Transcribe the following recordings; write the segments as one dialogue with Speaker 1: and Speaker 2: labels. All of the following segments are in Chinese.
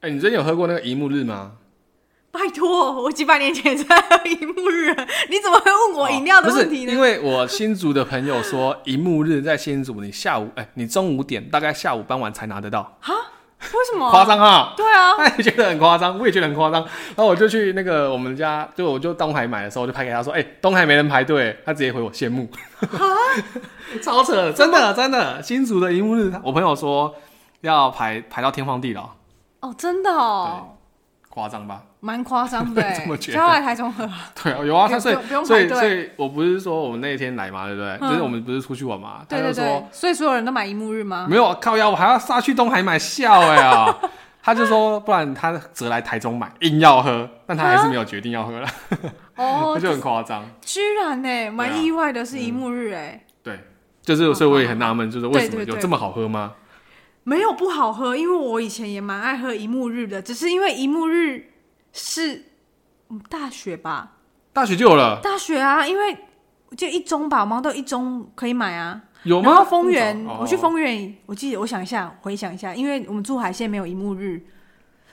Speaker 1: 哎、你之前有喝过那个一幕日吗？
Speaker 2: 拜托，我几百年前在喝银幕日，你怎么会问我饮料的
Speaker 1: 哦不是
Speaker 2: 问题呢？
Speaker 1: 因为我新竹的朋友 说，一幕日在新竹，你下午哎、你中午点大概下午傍晚才拿得到，
Speaker 2: 为什么？
Speaker 1: 夸张啊！
Speaker 2: 对 啊，
Speaker 1: 他也觉得很夸张，我也觉得很夸张。然后我就去那个我们家，就我就东海买的时候，我就拍给他说：“哎、东海没人排队。”他直接回我羡慕， 超扯，真的真的。新竹的荧幕日，我朋友说要排排到天荒地老，
Speaker 2: 哦，真的哦，
Speaker 1: 夸张吧？
Speaker 2: 蛮夸张
Speaker 1: 我
Speaker 2: 的
Speaker 1: 也这
Speaker 2: 欸，
Speaker 1: 么觉
Speaker 2: 就
Speaker 1: 得
Speaker 2: 要来台中喝啊。
Speaker 1: 对啊，有啊，他所以
Speaker 2: 不用
Speaker 1: 所以
Speaker 2: 排队
Speaker 1: 所以我不是说我们那一天来嘛，对不对？
Speaker 2: 嗯
Speaker 1: 就是我们不是出去玩嘛，他
Speaker 2: 对
Speaker 1: 就说
Speaker 2: 对对，所以所有人都买一幕日吗？
Speaker 1: 没有啊靠腰，我还要杀去东海买笑哎、啊。 他就说，不然他折来台中买，硬要喝，但他还是没有决定要喝了，
Speaker 2: 哦
Speaker 1: 那， 就很夸张。
Speaker 2: 居然呢，
Speaker 1: 对啊
Speaker 2: 蛮意外的是一幕日哎，
Speaker 1: 对，就是所以我也很纳闷，就是为什么
Speaker 2: 哦对对
Speaker 1: 有
Speaker 2: 对
Speaker 1: 这么好喝吗？
Speaker 2: 没有不好喝，因为我以前也蛮爱喝一幕日的，只是因为一幕日是嗯大学吧，
Speaker 1: 大学就有了，
Speaker 2: 大学啊，因为就一中吧，我们都一中可以买啊。
Speaker 1: 有
Speaker 2: 然后
Speaker 1: 吗？
Speaker 2: 丰原，
Speaker 1: 哦
Speaker 2: 我去丰原，我记得我想一下，回想一下，因为我们住海线没有一幕日。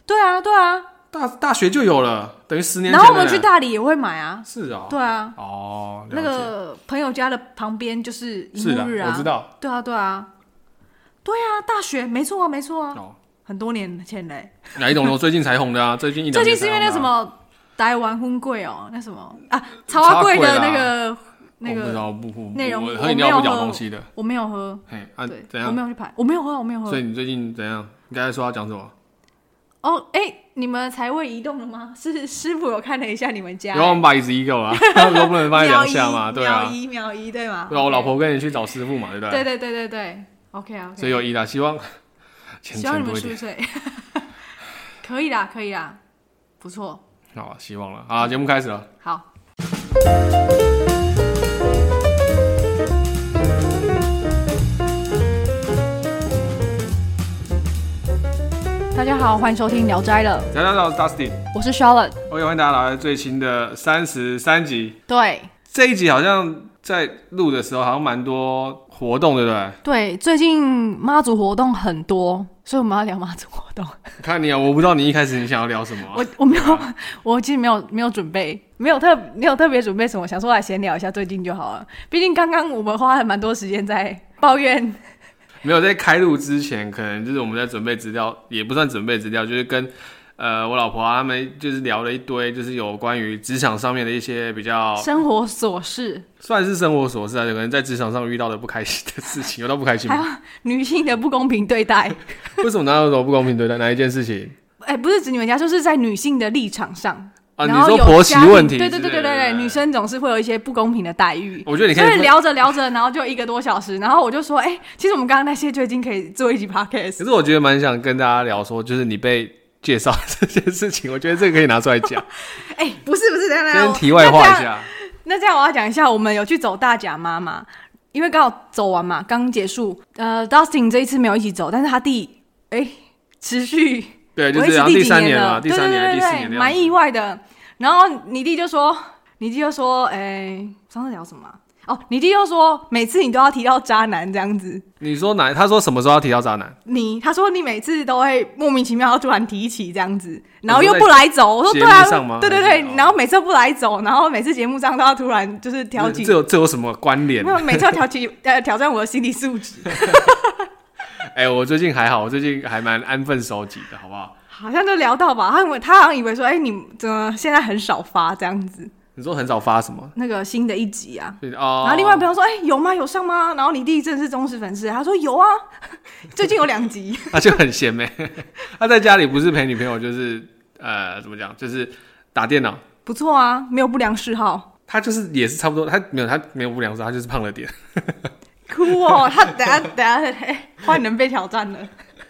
Speaker 2: 对啊，对啊。
Speaker 1: 大大学就有了，等于十年前
Speaker 2: 然
Speaker 1: 了。
Speaker 2: 后我们去大理也会买啊。
Speaker 1: 是哦，
Speaker 2: 对啊，
Speaker 1: 哦，了
Speaker 2: 那
Speaker 1: 解
Speaker 2: 个朋友家的旁边就是一
Speaker 1: 是的，
Speaker 2: 幕日
Speaker 1: 我
Speaker 2: 啊
Speaker 1: 知。道
Speaker 2: 对啊，对啊，对啊，大学没错啊，没错啊，
Speaker 1: 哦。
Speaker 2: 很多年前嘞。
Speaker 1: 哪一种楼最近才红的啊？最近一两
Speaker 2: 最
Speaker 1: 年
Speaker 2: 近是因为那
Speaker 1: 才
Speaker 2: 什
Speaker 1: 红的啊，
Speaker 2: 么台湾婚贵哦，那什么啊，曹阿贵的那个那
Speaker 1: 哦我不知
Speaker 2: 个，
Speaker 1: 道不不，
Speaker 2: 内容
Speaker 1: 我
Speaker 2: 我
Speaker 1: 喝饮
Speaker 2: 没有
Speaker 1: 料不嚼
Speaker 2: 喝
Speaker 1: 东西的。
Speaker 2: 我没有喝，
Speaker 1: 嘿，啊，
Speaker 2: 对，
Speaker 1: 怎
Speaker 2: 我
Speaker 1: 样？
Speaker 2: 没有去排，我没有喝，我没有喝
Speaker 1: 所。以你最近怎样？你刚才说要讲什么？
Speaker 2: 哦，哎、你们财位移动了吗？是师傅有看了一下你们家、
Speaker 1: 然后我们把椅子移给我啊， 都不能放在
Speaker 2: 秒
Speaker 1: 两
Speaker 2: 移
Speaker 1: 下嘛，对啊
Speaker 2: 秒，移秒移对吗？
Speaker 1: 对啊，我老
Speaker 2: OK。
Speaker 1: 婆跟你去找师傅嘛，对不对？
Speaker 2: 对对对对对，OK 啊，OK。
Speaker 1: 所以有移啦，希望钱
Speaker 2: 希望
Speaker 1: 钱
Speaker 2: 你
Speaker 1: 多
Speaker 2: 们
Speaker 1: 一点
Speaker 2: 顺。遂。 可以啦，可以啦，不错，
Speaker 1: 好啊，希望了。好，节目开始了。
Speaker 2: 好。大家好，欢迎收听《聊斋》了，
Speaker 1: 大家好，我是 Dustin，
Speaker 2: 我是 Charlotte。
Speaker 1: 我也欢迎大家来到最新的三十三集。
Speaker 2: 对，
Speaker 1: 这一集好像在录的时候，好像蛮多活动，对不对？
Speaker 2: 对，最近妈祖活动很多，所以我们要聊妈祖活动。
Speaker 1: 看你啊，我不知道你一开始你想要聊什么啊、
Speaker 2: 我我没有， 我其实没有没有准备，没有特没有特别准备什么，想说来闲聊一下最近就好了。毕竟刚刚我们花了蛮多时间在抱怨，
Speaker 1: 没有在开录之前，可能就是我们在准备资料，也不算准备资料，就是跟呃我老婆、啊、他们就是聊了一堆，就是有关于职场上面的一些比较
Speaker 2: 生活琐事，
Speaker 1: 算是生活琐事啊，有可能在职场上遇到的不开心的事情，有到不开心
Speaker 2: 还
Speaker 1: 吗？
Speaker 2: 有女性的不公平对待。
Speaker 1: 为什么哪有什么不公平对待？哪一件事情
Speaker 2: 哎、不是指你们家，就是在女性的立场上。
Speaker 1: 啊？你
Speaker 2: 然后
Speaker 1: 说
Speaker 2: 有
Speaker 1: 婆媳
Speaker 2: 家庭
Speaker 1: 问题之
Speaker 2: 对
Speaker 1: 类的？
Speaker 2: 对对对对对，女生总是会有一些不公平的待遇。
Speaker 1: 我觉哦得你可
Speaker 2: 所以
Speaker 1: 以
Speaker 2: 聊着聊着，然后就一个多小时，然后我就说，哎、其实我们刚刚那些就已经可以做一集 podcast
Speaker 1: 可。是我觉得蛮想跟大家聊说，就是你被介绍这件事情，我觉得这个可以拿出来讲，
Speaker 2: 哎、不是不是，等一下等一
Speaker 1: 先
Speaker 2: 下，
Speaker 1: 题外
Speaker 2: 那这
Speaker 1: 话
Speaker 2: 样
Speaker 1: 一下。
Speaker 2: 那这样我要讲一下，我们有去走大甲妈妈，因为刚好走完嘛，刚结束。呃，Dustin 这一次没有一起走，但是他第哎、持续
Speaker 1: 对，就
Speaker 2: 我一
Speaker 1: 是
Speaker 2: 直
Speaker 1: 好像第
Speaker 2: 几
Speaker 1: 三
Speaker 2: 年
Speaker 1: 年
Speaker 2: 了，
Speaker 1: 第三年、
Speaker 2: 对
Speaker 1: 第
Speaker 2: 对
Speaker 1: 四
Speaker 2: 对对
Speaker 1: 年的
Speaker 2: 对，
Speaker 1: 样
Speaker 2: 蛮
Speaker 1: 子。
Speaker 2: 意外的。然后你弟就说，你弟就说，哎、上次聊什么啊、哦，你弟就说，每次你都要提到渣男这样子，
Speaker 1: 你说哪？他说什么时候要提到渣男？
Speaker 2: 你他说你每次都会莫名其妙突然提起这样子，然后
Speaker 1: 你
Speaker 2: 又
Speaker 1: 说在
Speaker 2: 不来走。我说
Speaker 1: 节
Speaker 2: 对
Speaker 1: 目
Speaker 2: 啊
Speaker 1: 上吗，
Speaker 2: 对对
Speaker 1: 还是
Speaker 2: 对，
Speaker 1: 哦
Speaker 2: 然后每次都不来走，然后每次节目上都要突然就是挑起
Speaker 1: 这有这有什么关联
Speaker 2: 没？有，每次要挑起 呃挑战我的心理素质，
Speaker 1: 哎、我最近还好，我最近还蛮安分守己的，好不好？
Speaker 2: 好像就聊到吧。他以为他好像以为说，哎、你怎么现在很少发这样子？
Speaker 1: 你说很少发什么？
Speaker 2: 那个新的一集啊。
Speaker 1: 所以哦，
Speaker 2: 然后另外朋友说，哎、有吗？有上吗？然后你弟真的是忠实粉丝，他说有啊， 最近有两集。
Speaker 1: 他就很闲呗。 他在家里不是陪女朋友，就是呃，怎么讲，就是打电脑。
Speaker 2: 不错啊，没有不良嗜好，
Speaker 1: 他就是也是差不多，他没有他没有不良嗜好，他就是胖了点。
Speaker 2: 酷哦！他等下等下，哎、换人被挑战了，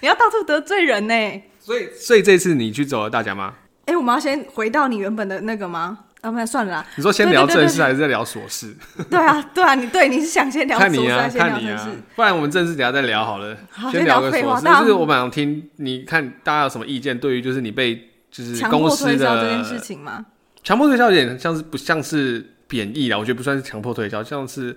Speaker 2: 你要到处得罪人呢、
Speaker 1: 所以所以这次你去走了大家吗？
Speaker 2: 哎、我们要先回到你原本的那个吗？啊，不然算了啦。
Speaker 1: 你说先
Speaker 2: 对
Speaker 1: 聊
Speaker 2: 对对
Speaker 1: 正事
Speaker 2: 对
Speaker 1: 还是在聊琐事？
Speaker 2: 对啊，对啊，你对你是想先聊
Speaker 1: 看
Speaker 2: 琐
Speaker 1: 你
Speaker 2: 事
Speaker 1: 啊
Speaker 2: 还，是先
Speaker 1: 看
Speaker 2: 聊
Speaker 1: 你
Speaker 2: 正
Speaker 1: 啊
Speaker 2: 事？，
Speaker 1: 不然我们正式等一下再聊好了。
Speaker 2: 好
Speaker 1: 先
Speaker 2: 先聊
Speaker 1: 个
Speaker 2: 废
Speaker 1: 琐
Speaker 2: 话
Speaker 1: 事，
Speaker 2: 当
Speaker 1: 就是我们想听，你看大家有什么意见？对于就是你被就是
Speaker 2: 强
Speaker 1: 公
Speaker 2: 迫
Speaker 1: 司
Speaker 2: 推销这
Speaker 1: 的
Speaker 2: 件事情吗？
Speaker 1: 强迫推销，有点像是不像是贬义啦，我觉得不算是强迫推销，像是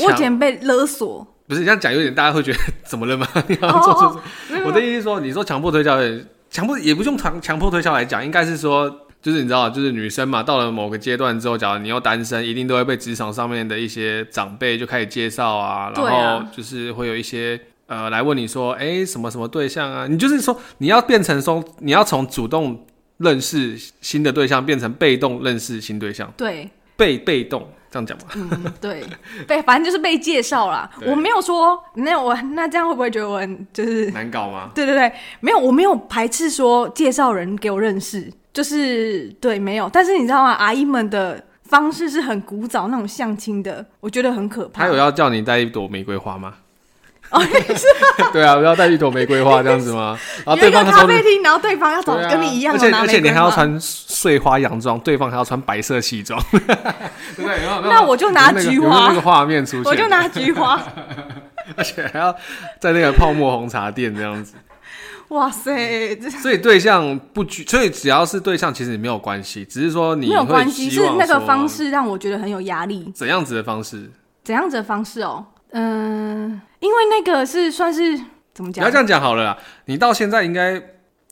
Speaker 2: 我以
Speaker 1: 强
Speaker 2: 前被勒索，
Speaker 1: 不是这样讲，有点大家会觉得 怎么了吗？你
Speaker 2: 哦
Speaker 1: 要做出
Speaker 2: 哦没有
Speaker 1: 我的
Speaker 2: 没有
Speaker 1: 意思是说，你说强迫推销有点强迫也不用强强迫推销来讲，应该是说。就是你知道，就是女生嘛，到了某个阶段之后，假如你又单身，一定都会被职场上面的一些长辈就开始介绍啊，然
Speaker 2: 对啊
Speaker 1: 后就是会有一些呃来问你说，哎、什么什么对象啊？你就是说你要变成说，你要从主动认识新的对象变成被动认识新对象，
Speaker 2: 对，
Speaker 1: 被被动这样讲嘛？
Speaker 2: 嗯，对，被反正就是被介绍啦。
Speaker 1: 对
Speaker 2: 我没有说，那我那这样会不会觉得我很就是
Speaker 1: 难搞吗？
Speaker 2: 对对对，没有，我没有排斥说介绍人给我认识，就是对，没有。但是你知道吗？阿姨们的方式是很古早那种相亲的，我觉得很可怕。
Speaker 1: 他有要叫你带一朵玫瑰花吗？
Speaker 2: 哦，
Speaker 1: 对啊，我要带一朵玫瑰花这样子吗？然后
Speaker 2: 有
Speaker 1: 啊对
Speaker 2: 一个
Speaker 1: 方
Speaker 2: 咖
Speaker 1: 说
Speaker 2: 啡厅，然后对方要找
Speaker 1: 对啊
Speaker 2: 跟你一样
Speaker 1: 而
Speaker 2: 的
Speaker 1: 且
Speaker 2: 拿
Speaker 1: 而且
Speaker 2: 玫
Speaker 1: 你
Speaker 2: 瑰
Speaker 1: 还要
Speaker 2: 花，
Speaker 1: 穿碎花洋装，对方还要穿白色西装，对 不对？有没有有没有
Speaker 2: 那我就拿
Speaker 1: 有没有那个
Speaker 2: 菊
Speaker 1: 有
Speaker 2: 花
Speaker 1: 没有那个画面出现，
Speaker 2: 我就，拿菊花。
Speaker 1: 而且还要在那个泡沫红茶店这 样子。
Speaker 2: 哇塞，这
Speaker 1: 所以对象不拘，所以只要是对象，其实没有关系，只是说你
Speaker 2: 没有
Speaker 1: 会
Speaker 2: 关系，
Speaker 1: 希
Speaker 2: 是
Speaker 1: 望
Speaker 2: 那个
Speaker 1: 说
Speaker 2: 方式让我觉得很有压力。
Speaker 1: 怎样子的方式？
Speaker 2: 怎样子的方式哦？嗯、因为那个是算是怎么
Speaker 1: 你
Speaker 2: 讲
Speaker 1: 要这？样讲好了啦，你到现在应该，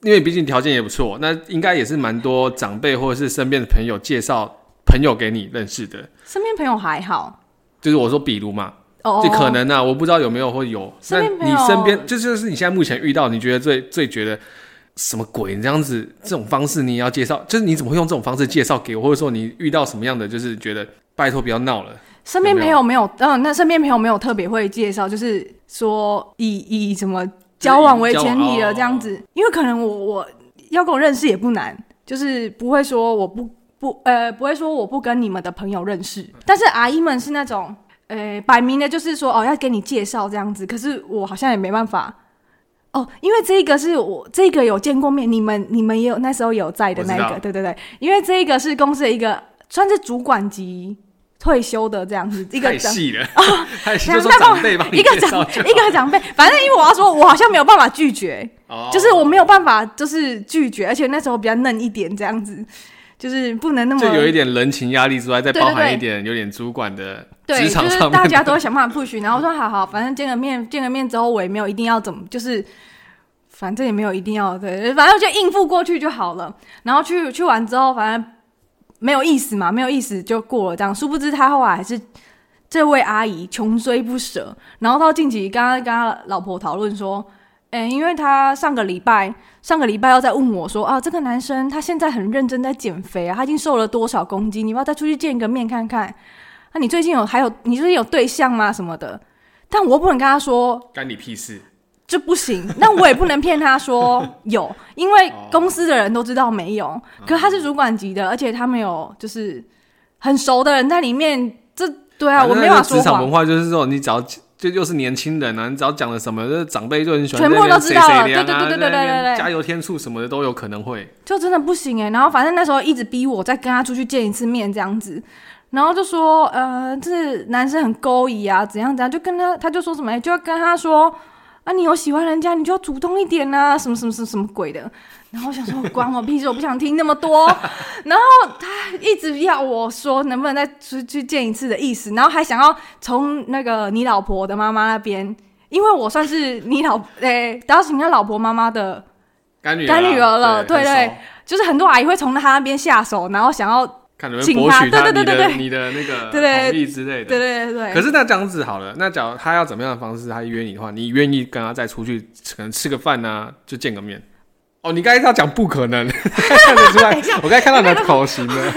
Speaker 1: 因为毕竟条件也不错，那应该也是蛮多长辈或者是身边的朋友介绍朋友给你认识的。
Speaker 2: 身边朋友还好
Speaker 1: 就是我说，比如嘛，
Speaker 2: 哦，
Speaker 1: 就可能啊，我不知道有没有会有。那
Speaker 2: 身边朋
Speaker 1: 你
Speaker 2: 友
Speaker 1: 身边，就就是你现在目前遇到，你觉得最最觉得什么鬼？你这样子这种方式你也要介绍，就是你怎么会用这种方式介绍给我，或者说你遇到什么样的，就是觉得拜托不要闹了。
Speaker 2: 身边
Speaker 1: 有没
Speaker 2: 朋
Speaker 1: 有
Speaker 2: 友没有，嗯、那身边朋友没有特别会介绍，就是说以以什么交往为前提
Speaker 1: 交往哦
Speaker 2: 的这样子，因为可能我我要跟我认识也不难，就是不会说我不不呃不会说我不跟你们的朋友认识，但是阿姨们是那种呃摆明的就是说哦要给你介绍这样子，可是我好像也没办法。哦，因为这个是我这个有见过面，你们你们也有那时候有在的
Speaker 1: 我知
Speaker 2: 那一
Speaker 1: 道
Speaker 2: 个，对对对，因为这个是公司的一个算是主管级退休的这样子一个
Speaker 1: 太
Speaker 2: 长哦
Speaker 1: 细了， 太细，
Speaker 2: 两
Speaker 1: 就说
Speaker 2: 大
Speaker 1: 长
Speaker 2: 方
Speaker 1: 辈吧，
Speaker 2: 一个长一个长辈，反正因为我要说，我好像没有办法拒绝，
Speaker 1: 哦
Speaker 2: 就是我没有办法就是拒绝，而且那时候比较嫩一点，这样子就是不能那么
Speaker 1: 就有一点人情压力之外，再
Speaker 2: 对
Speaker 1: 包含
Speaker 2: 对
Speaker 1: 一点有点主管的
Speaker 2: 对，
Speaker 1: 职场
Speaker 2: 就是
Speaker 1: 上面
Speaker 2: 大
Speaker 1: 的
Speaker 2: 家都会想办法 push，然后说好好，反正见个面，见个面之后我也没有一定要怎么，就是反正也没有一定要对，反正就应付过去就好了。然后去去完之后，反正没有意思嘛，没有意思就过了这样。殊不知他后来还是这位阿姨穷追不舍，然后到近期刚刚跟他老婆讨论说。嗯，因为他上个礼拜，上个礼拜又在问我说啊，这个男生他现在很认真在减肥啊，他已经瘦了多少公斤？你要不要再出去见个面看看？那、啊你最近有还有你最近有对象吗？什么的？但我不能跟他说
Speaker 1: 干你屁事，
Speaker 2: 这 不行，那我也不能骗他说有，因为公司的人都知道没
Speaker 1: 哦
Speaker 2: 有。可他是主管级的，而且他们有就是很熟的人在里面，这对啊，
Speaker 1: 反
Speaker 2: 我
Speaker 1: 正
Speaker 2: 没法
Speaker 1: 那个
Speaker 2: 说
Speaker 1: 职场
Speaker 2: 谎
Speaker 1: 文，化就是这种，你只要就又是年轻人啊，你只要讲了什么，就是长辈就很喜欢
Speaker 2: 全部
Speaker 1: 在那边
Speaker 2: 都知道了
Speaker 1: 谁谁凉啊
Speaker 2: 对对对对
Speaker 1: 在
Speaker 2: 对
Speaker 1: 那边
Speaker 2: 对对对
Speaker 1: 加油添醋什么的都有可能会。
Speaker 2: 就真的不行哎、然后反正那时候一直逼我再跟他出去见一次面这样子，然后就说呃，这男生很勾引啊，怎样怎样，就跟他他就说什么、欸就要跟他说啊，你有喜欢人家，你就要主动一点啊，什么什么什么什么鬼的。然后我想说关我屁事，我不想听那么多。然后他一直要我说能不能再出去见一次的意思，然后还想要从那个你老婆的妈妈那边，因为我算是你老 诶，当时你的老婆妈妈的
Speaker 1: 干女儿啊
Speaker 2: 干女儿了
Speaker 1: 对
Speaker 2: 对对
Speaker 1: 很熟
Speaker 2: 就是很多阿姨会从他那边下手，然后想要
Speaker 1: 看能不能
Speaker 2: 请
Speaker 1: 博
Speaker 2: 他
Speaker 1: 取
Speaker 2: 对对
Speaker 1: 你的
Speaker 2: 对对对
Speaker 1: 你的那个
Speaker 2: 对对
Speaker 1: 同意之类的。
Speaker 2: 对对对对，
Speaker 1: 可是那这样子好了，那假如他要怎么样的方式，他约你的话，你愿意跟他再出去，可能吃个饭啊，就见个面。哦，你刚才要讲不可能， 看得 出来，我刚才看到你的口型了，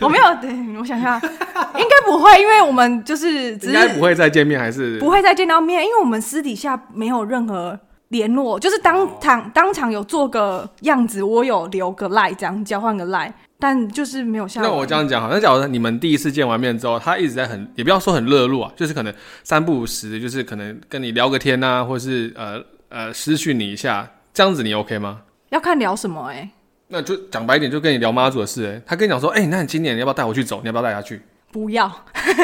Speaker 2: 我没有，对，我想 一下，应该不会，因为我们就是 只
Speaker 1: 应该不
Speaker 2: 是
Speaker 1: 会再见面，还是
Speaker 2: 不会再见到面，因为我们私底下没有任何联络，就是
Speaker 1: 哦
Speaker 2: 当场当场有做个样子，我有留个赖这样交换个赖，但就是没有下文。
Speaker 1: 那我这样讲好，那假如你们第一次见完面之后，他一直在很，也不要说很热络啊，就是可能三不五时，就是可能跟你聊个天啊，或是呃呃私讯你一下，这样子你 OK 吗？
Speaker 2: 要看聊什么哎、
Speaker 1: 那就讲白一点，就跟你聊妈祖的事、欸。他跟你讲说，哎、那你今年你要不要带我去走？你要不要带他 去？
Speaker 2: 不要，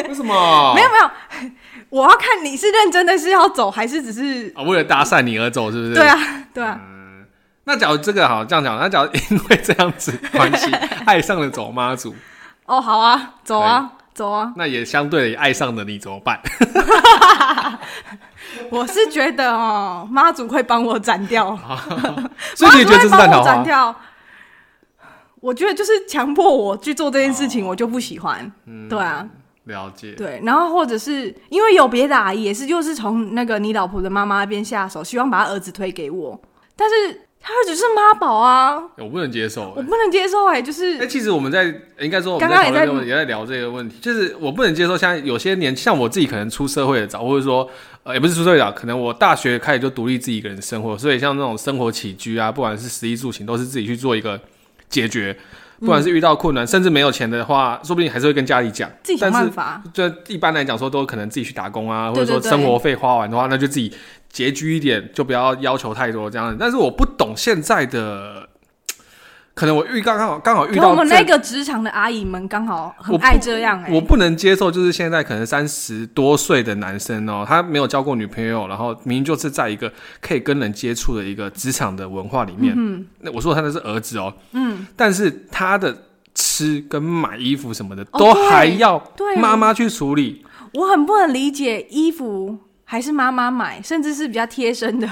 Speaker 1: 为什么？
Speaker 2: 没有没有，我要看你是认真的是要走，还是只是
Speaker 1: 啊，为了搭讪你而走，是不是？
Speaker 2: 对。啊对啊，
Speaker 1: 嗯那假如这个好这样讲，那假如因为这样子关系爱上了走妈 祖，
Speaker 2: 哦好啊，走啊走啊，
Speaker 1: 那也相对地也爱上了你怎么办？
Speaker 2: 我是觉得哦，妈祖会帮我斩掉，
Speaker 1: 所以你也觉得这是啊
Speaker 2: 妈
Speaker 1: 蛋
Speaker 2: 祖会帮
Speaker 1: 挞
Speaker 2: 我斩
Speaker 1: 花？
Speaker 2: 掉？我觉得就是强迫我去做这件事情，我就不喜欢。对
Speaker 1: 哦
Speaker 2: 啊，
Speaker 1: 嗯了解，
Speaker 2: 对，然后或者是因为有别的阿姨也是，就是从那个你老婆的妈妈那边下手，希望把她儿子推给我，但是他儿子是妈宝啊，
Speaker 1: 我不能接受、
Speaker 2: 我
Speaker 1: 欸。
Speaker 2: 不能接受哎、就是
Speaker 1: 哎、其实我们在应该说我们
Speaker 2: 刚刚
Speaker 1: 在讨论这
Speaker 2: 也在
Speaker 1: 个问题也在聊这个问题，就是我不能接受像有些年像我自己可能出社会的早，或者说呃也不是出社会早，可能我大学开始就独立自己一个人生活，所以像那种生活起居啊，不管是食衣住行，都是自己去做一个解决。不
Speaker 2: 嗯
Speaker 1: 管是遇到困难，甚至没有钱的话，说不定还是会跟家里讲。
Speaker 2: 自己想
Speaker 1: 但是
Speaker 2: 办法。
Speaker 1: 就一般来讲说，都可能自己去打工啊，或
Speaker 2: 对
Speaker 1: 者说
Speaker 2: 对对
Speaker 1: 生活费花完的话，那就自己拮据一点，就不要要求太多这样子。但是我不懂现在的，可能我遇刚刚好刚好遇
Speaker 2: 可能
Speaker 1: 到
Speaker 2: 我们
Speaker 1: 这
Speaker 2: 那个职场的阿姨们刚好很
Speaker 1: 我不
Speaker 2: 爱这样哎、
Speaker 1: 我不能接受，就是现在可能三十多岁的男生哦，他没有交过女朋友，然后明明就是在一个可以跟人接触的一个职场的文化里面。嗯，那我说他那是儿子哦，嗯，但是他的吃跟买衣服什么的
Speaker 2: 哦
Speaker 1: 都
Speaker 2: 对
Speaker 1: 还要
Speaker 2: 对啊
Speaker 1: 妈妈去处理。
Speaker 2: 我很不能理解衣服还是妈妈买，甚至是比较贴身的，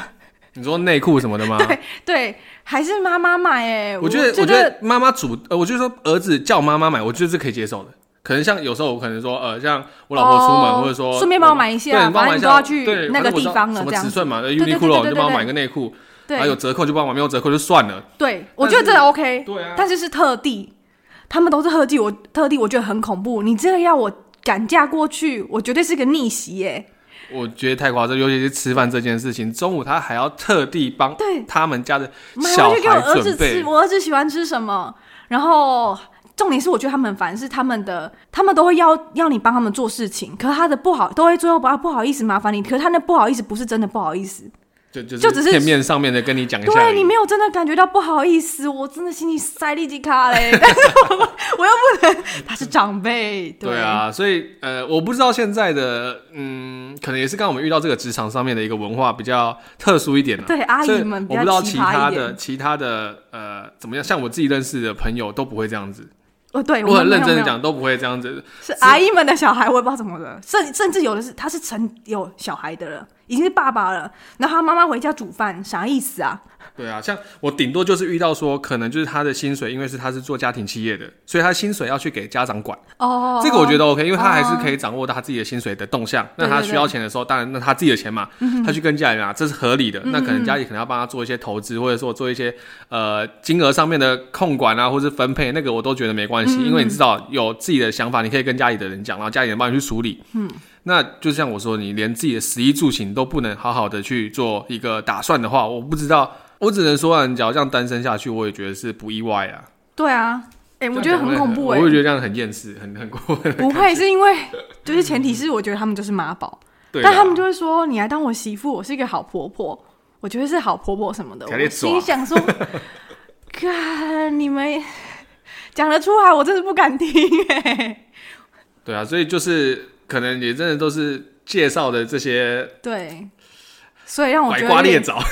Speaker 1: 你说内裤什么的吗？
Speaker 2: 对，还是妈妈买哎、
Speaker 1: 我觉得，我觉得妈妈煮，呃，我就说儿子叫妈妈买，我觉得是可以接受的。可能像有时候我可能说，呃，像我老婆出门，
Speaker 2: 哦
Speaker 1: 或者说
Speaker 2: 顺便帮我买一下
Speaker 1: 对，你帮我
Speaker 2: 反
Speaker 1: 买
Speaker 2: 正
Speaker 1: 一
Speaker 2: 你
Speaker 1: 下，
Speaker 2: 都要去
Speaker 1: 对
Speaker 2: 那
Speaker 1: 反
Speaker 2: 个
Speaker 1: 正我知道
Speaker 2: 地方了
Speaker 1: 什么
Speaker 2: 这样
Speaker 1: 尺
Speaker 2: 子
Speaker 1: 寸嘛，那呃
Speaker 2: 对对
Speaker 1: Uniqlo
Speaker 2: 对对
Speaker 1: 你就帮我
Speaker 2: 对
Speaker 1: 买个内裤，然后有
Speaker 2: 对
Speaker 1: 折扣就帮我买，没有折扣就算了。
Speaker 2: 对，我觉得这
Speaker 1: 哎但是
Speaker 2: OK，
Speaker 1: 对啊，
Speaker 2: 但是是特地，他们都是特地，我特地我觉得很恐怖。你真的要我赶嫁过去，我绝对是个逆袭哎耶、
Speaker 1: 我觉得太夸张，尤其是吃饭这件事情，中午他还要特地帮
Speaker 2: 对
Speaker 1: 他们家的
Speaker 2: 买
Speaker 1: 小
Speaker 2: 回去给我
Speaker 1: 孩
Speaker 2: 儿子
Speaker 1: 准备
Speaker 2: 吃，。我儿子喜欢吃什么，然后。重点是，我觉得他们很烦，是他们的，他们都会要要你帮他们做事情，可是他的不好，都会最后不不好意思麻烦你，可是他那不好意思不是真的不好意思，
Speaker 1: 就就
Speaker 2: 就只是
Speaker 1: 片面上面的跟你讲一下而
Speaker 2: 对
Speaker 1: 已，
Speaker 2: 你没有真的感觉到不好意思，我真的心里塞了一记卡 嘞，但是我我又不能，他是长辈，
Speaker 1: 对，啊，所以呃，我不知道现在的嗯，可能也是刚刚我们遇到这个职场上面的一个文化比较特殊一点了、
Speaker 2: 对阿
Speaker 1: 所
Speaker 2: 姨
Speaker 1: 以
Speaker 2: 们比
Speaker 1: 我不知道
Speaker 2: 较
Speaker 1: 其
Speaker 2: 奇
Speaker 1: 他
Speaker 2: 葩一
Speaker 1: 的
Speaker 2: 点，
Speaker 1: 其他的呃怎么样，像我自己认识的朋友都不会这样子，
Speaker 2: 哦，对，
Speaker 1: 我
Speaker 2: 们
Speaker 1: 很
Speaker 2: 没
Speaker 1: 认
Speaker 2: 有
Speaker 1: 真
Speaker 2: 没
Speaker 1: 的
Speaker 2: 有
Speaker 1: 讲都不会这样子。
Speaker 2: 是阿姨们的小孩，我也不知道怎么了，甚甚至有的是他是成有小孩的了，已经是爸爸了，然后他妈妈回家煮饭，啥意思啊？
Speaker 1: 对啊，像我顶多就是遇到说，可能就是他的薪水，因为是他是做家庭企业的，所以他薪水要去给家长管，
Speaker 2: 哦，
Speaker 1: 这个我觉得 OK，因为他还是可以掌握到他自己的薪水的动向。那
Speaker 2: 对
Speaker 1: 他
Speaker 2: 对嗯
Speaker 1: 需要钱的时候，当然那他自己的钱嘛，他去跟家里拿，这是合理的。那可能家里可能要帮他做一些投资，或者说做一些呃金额上面的控管啊，或是分配，那个我都觉得没关系，
Speaker 2: 嗯
Speaker 1: 因为你知道有自己的想法，你可以跟家里的人讲，然后家里人帮你去处理。嗯，那就像我说，你连自己的食衣住行都不能好好的去做一个打算的话，我不知道，我只能说啊，你只要这样单身下去，我也觉得是不意外啊。
Speaker 2: 对啊，哎、我觉得很恐怖哎、
Speaker 1: 我会觉得这样很厌世，很很过分。
Speaker 2: 不会是因为就是前提是我觉得他们就是妈宝，
Speaker 1: 对
Speaker 2: 但
Speaker 1: 啦
Speaker 2: 他们就会说你来当我媳妇，我是一个好婆婆，我觉得是好婆婆什么的，
Speaker 1: 给你
Speaker 2: 我心
Speaker 1: 抓
Speaker 2: 里想说，看你们讲得出来，我真是不敢听哎、
Speaker 1: 对啊，所以就是可能也真的都是介绍的这些
Speaker 2: 对，所以让哦我
Speaker 1: 拐
Speaker 2: 觉得
Speaker 1: 瓜
Speaker 2: 有点
Speaker 1: 裂枣，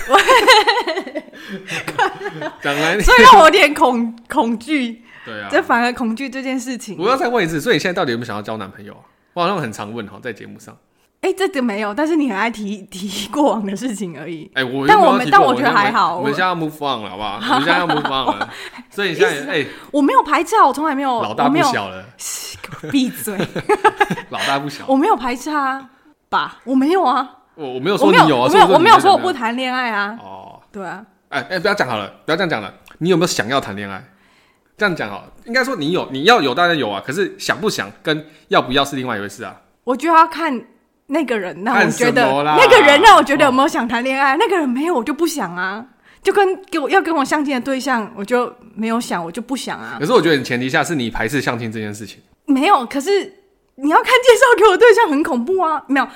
Speaker 1: 讲来
Speaker 2: 所以让我有点恐恐惧，
Speaker 1: 对
Speaker 2: 这
Speaker 1: 啊。
Speaker 2: 反而恐惧这件事情。
Speaker 1: 我要再问一次，所以你现在到底有没有想要交男朋友啊？我好像很常问哈，在节目上。
Speaker 2: 哎、这个没有，但是你很爱提提过往的事情而已。
Speaker 1: 哎、我
Speaker 2: 但
Speaker 1: 又没有
Speaker 2: 我们
Speaker 1: 提
Speaker 2: 但
Speaker 1: 过
Speaker 2: 我觉得
Speaker 1: 就没
Speaker 2: 还好
Speaker 1: 我们
Speaker 2: 我
Speaker 1: 现在要 move on 了，好不好？我们现在要 move on 了。所以你现在哎、
Speaker 2: 我没有拍照，我从来没有，
Speaker 1: 老大
Speaker 2: 哦我
Speaker 1: 不
Speaker 2: 没有
Speaker 1: 小了，
Speaker 2: 闭嘴，
Speaker 1: 老大不小。
Speaker 2: 我没有排斥啊，吧？我没有啊，
Speaker 1: 我我没有
Speaker 2: 我
Speaker 1: 说
Speaker 2: 没
Speaker 1: 你
Speaker 2: 有，
Speaker 1: 啊，
Speaker 2: 我
Speaker 1: 是
Speaker 2: 没有，我没有
Speaker 1: 你
Speaker 2: 说我
Speaker 1: 没
Speaker 2: 不谈恋爱啊，
Speaker 1: 哦，
Speaker 2: 对啊，
Speaker 1: 哎、哎、不要讲好了，不要这样讲了。你有没有想要谈恋爱？这样讲好了，应该说你有，你要有当然有啊，可是想不想跟要不要是另外一回事啊。
Speaker 2: 我就要看。那个人让我
Speaker 1: 看
Speaker 2: 觉得
Speaker 1: 什么啦，
Speaker 2: 那个人让我觉得有没有想谈恋爱，那个人没有，我就不想啊。就跟给我要跟我相亲的对象，我就没有想，我就不想啊。
Speaker 1: 可是我觉得你前提下是你排斥相亲这件事情，
Speaker 2: 没有，可是你要看介绍给我对象很恐怖啊，没有，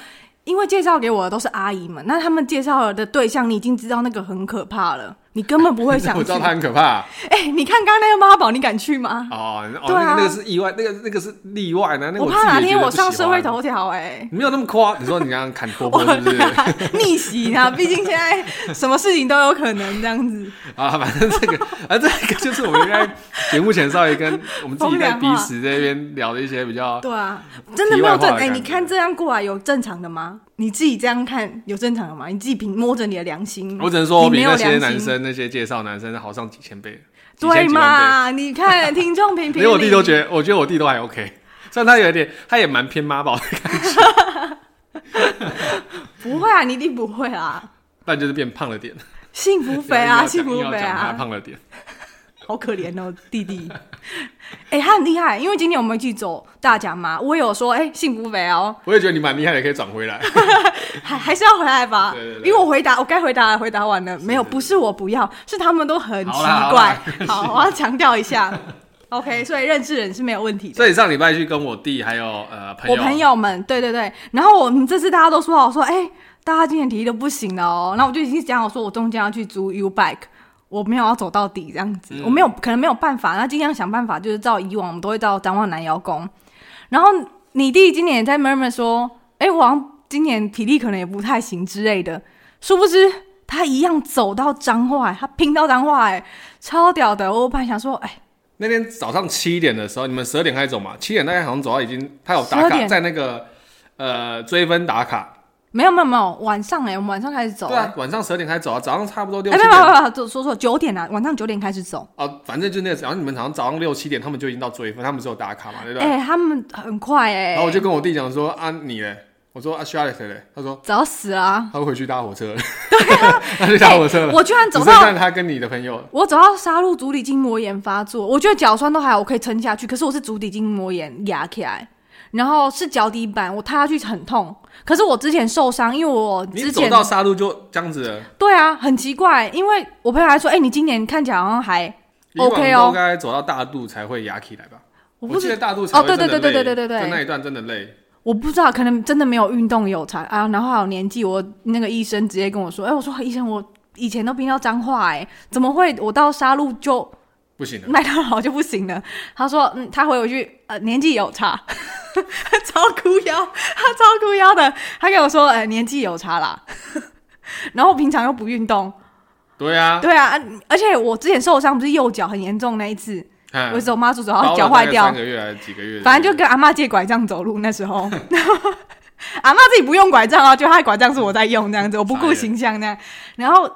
Speaker 2: 因为介绍给我的都是阿姨们，那他们介绍的对象你已经知道那个很可怕了，你根本不会 想
Speaker 1: 我知道
Speaker 2: 去。
Speaker 1: 他很可怕啊
Speaker 2: 哎、你看刚刚那个妈宝，你敢去吗？
Speaker 1: 哦，哦
Speaker 2: 对啊
Speaker 1: 那个那个是意外，那个那个是例外啊呢。那个
Speaker 2: 我
Speaker 1: 自
Speaker 2: 怕哪
Speaker 1: 己也
Speaker 2: 天
Speaker 1: 觉得
Speaker 2: 我
Speaker 1: 不
Speaker 2: 上
Speaker 1: 喜
Speaker 2: 社
Speaker 1: 欢
Speaker 2: 会，头条哎、
Speaker 1: 没有那么夸。你说你刚刚砍波
Speaker 2: 我
Speaker 1: 波是不是？
Speaker 2: 逆袭啊！毕竟现在什么事情都有可能这样子。
Speaker 1: 啊，反正这个，啊，这个就是我们在节目前稍微跟我们自己
Speaker 2: 风
Speaker 1: 在
Speaker 2: 凉
Speaker 1: 彼
Speaker 2: 话
Speaker 1: 此这边聊的一些比较
Speaker 2: 对啊，真的没
Speaker 1: 题
Speaker 2: 有
Speaker 1: 外
Speaker 2: 正
Speaker 1: 话的
Speaker 2: 哎、
Speaker 1: 感觉
Speaker 2: 你看这样过来有正常的吗？你自己这样看有正常的吗？你自己凭摸着你的良心，
Speaker 1: 我只能说，我
Speaker 2: 嗯你
Speaker 1: 比
Speaker 2: 没有
Speaker 1: 那些
Speaker 2: 良
Speaker 1: 男
Speaker 2: 心
Speaker 1: 生那些介绍男生好上几千倍，几
Speaker 2: 对
Speaker 1: 千几万
Speaker 2: 嘛？你看听众评
Speaker 1: 倍。
Speaker 2: 评
Speaker 1: 连我弟都
Speaker 2: 得
Speaker 1: 觉得，我觉得我弟都还 OK，虽然他有一点，他也蛮偏妈宝的，
Speaker 2: 不会啊，你一定不会啊，
Speaker 1: 但就是变胖了点。
Speaker 2: 幸福肥
Speaker 1: 要
Speaker 2: 啊，
Speaker 1: 讲
Speaker 2: 幸福
Speaker 1: 要
Speaker 2: 肥
Speaker 1: 讲他
Speaker 2: 啊，
Speaker 1: 胖了点。
Speaker 2: 好可怜哦，弟弟。 哎、他很厉害，因为今天我们一起走大甲嘛，我有说，哎、幸福肥哦，
Speaker 1: 我也觉得你蛮厉害的，可以转 回来。
Speaker 2: 还还是要回来吧，
Speaker 1: 对对对
Speaker 2: 因为我回答我该回答的回答完了，没有，不是我不要，是他们都很奇
Speaker 1: 好啦好
Speaker 2: 怪
Speaker 1: 啦。
Speaker 2: 好，我要强调一下，OK，所以认识人是没有问题的。
Speaker 1: 所以上礼拜去跟我弟还有呃朋
Speaker 2: 我
Speaker 1: 友，
Speaker 2: 朋友们，对对对，然后我们这次大家都说好说，哎、大家今天体力都不行了哦，那我就已经讲好说，我中间要去租 U bike。我没有要走到底这样
Speaker 1: 嗯
Speaker 2: 子，我没有可能没有办法，那尽量想办法，就是照以往我们都会到彰化南窑宫。然后你弟今年也在 murmur 说，哎、我好像今年体力可能也不太行之类的，殊不知他一样走到彰化、哎他拼到彰化、哎，超屌的。我本来想说，哎、
Speaker 1: 那天早上七点的时候，你们十二点开始走嘛？七点大概好像走到已经，他有打
Speaker 2: 12
Speaker 1: 卡
Speaker 2: 点
Speaker 1: 在那个呃追分打卡，
Speaker 2: 没有没有没有，晚上哎、我们晚上开始走、
Speaker 1: 对
Speaker 2: 哎
Speaker 1: 啊，晚上十二点开始走啊，早上差不多六
Speaker 2: 哎，
Speaker 1: 七
Speaker 2: 没有
Speaker 1: 点
Speaker 2: 没有没有，说说错，九点啊，晚上九点开始走。
Speaker 1: 哦，反正就那个，然后你们好像早上六七点，他们就已经到追分，他们是有打卡嘛，对不哦对？
Speaker 2: 哎、他们很快哎、
Speaker 1: 然后我就跟我弟讲说啊，你嘞？我说啊 s h a r l o t 嘞？他说
Speaker 2: 早死啦、
Speaker 1: 他会回去搭火车了， 他去搭火车了。
Speaker 2: 啊哎我居然
Speaker 1: 只
Speaker 2: 走
Speaker 1: 剩
Speaker 2: 到
Speaker 1: 下他跟你的朋友，
Speaker 2: 我走到杀入足底筋膜炎发作，我觉得脚酸都还好，我可以撑下去，可是我是足底筋膜炎压起来。然后是脚底板，我踏下去很痛。可是我之前受伤，因为我
Speaker 1: 你
Speaker 2: 之
Speaker 1: 走
Speaker 2: 前
Speaker 1: 到沙路就这样子了。
Speaker 2: 对啊，很奇怪，因为我朋友还说，哎、你今年看起来好像还
Speaker 1: 以往
Speaker 2: OK
Speaker 1: 都
Speaker 2: 哦
Speaker 1: 该走到大肚才会压起来吧？我
Speaker 2: 我不
Speaker 1: 记
Speaker 2: 知
Speaker 1: 得大肚才
Speaker 2: 哦
Speaker 1: 会
Speaker 2: 对
Speaker 1: 真的
Speaker 2: 对对对
Speaker 1: 累
Speaker 2: 对对对
Speaker 1: 就那一段真的累。
Speaker 2: 我不知道，可能真的没有运动有差啊。然后还有年纪，我那个医生直接跟我说：“哎、我说医生，我以前都拼到脏话、哎，怎么会我到沙鹿就
Speaker 1: 不行的，
Speaker 2: 麦当劳就不行了？”他说：“嗯，他回我一句，呃，年纪有差， 超哭腰，他超哭腰的。他跟我说，呃，年纪有差啦。然后平常又不运动，
Speaker 1: 对啊，
Speaker 2: 对啊，啊而且我之前受伤不是右脚很严重那一次，
Speaker 1: 嗯
Speaker 2: 我走妈祖走
Speaker 1: 包
Speaker 2: 到
Speaker 1: 了
Speaker 2: 脚
Speaker 1: 大
Speaker 2: 坏
Speaker 1: 概
Speaker 2: 掉
Speaker 1: 三，个月还是几个月？
Speaker 2: 反正就跟阿妈借拐杖走路那时候， 然后阿妈自己不用拐杖啊，就她的拐杖是我在用这样子，我不顾形象那样。然后，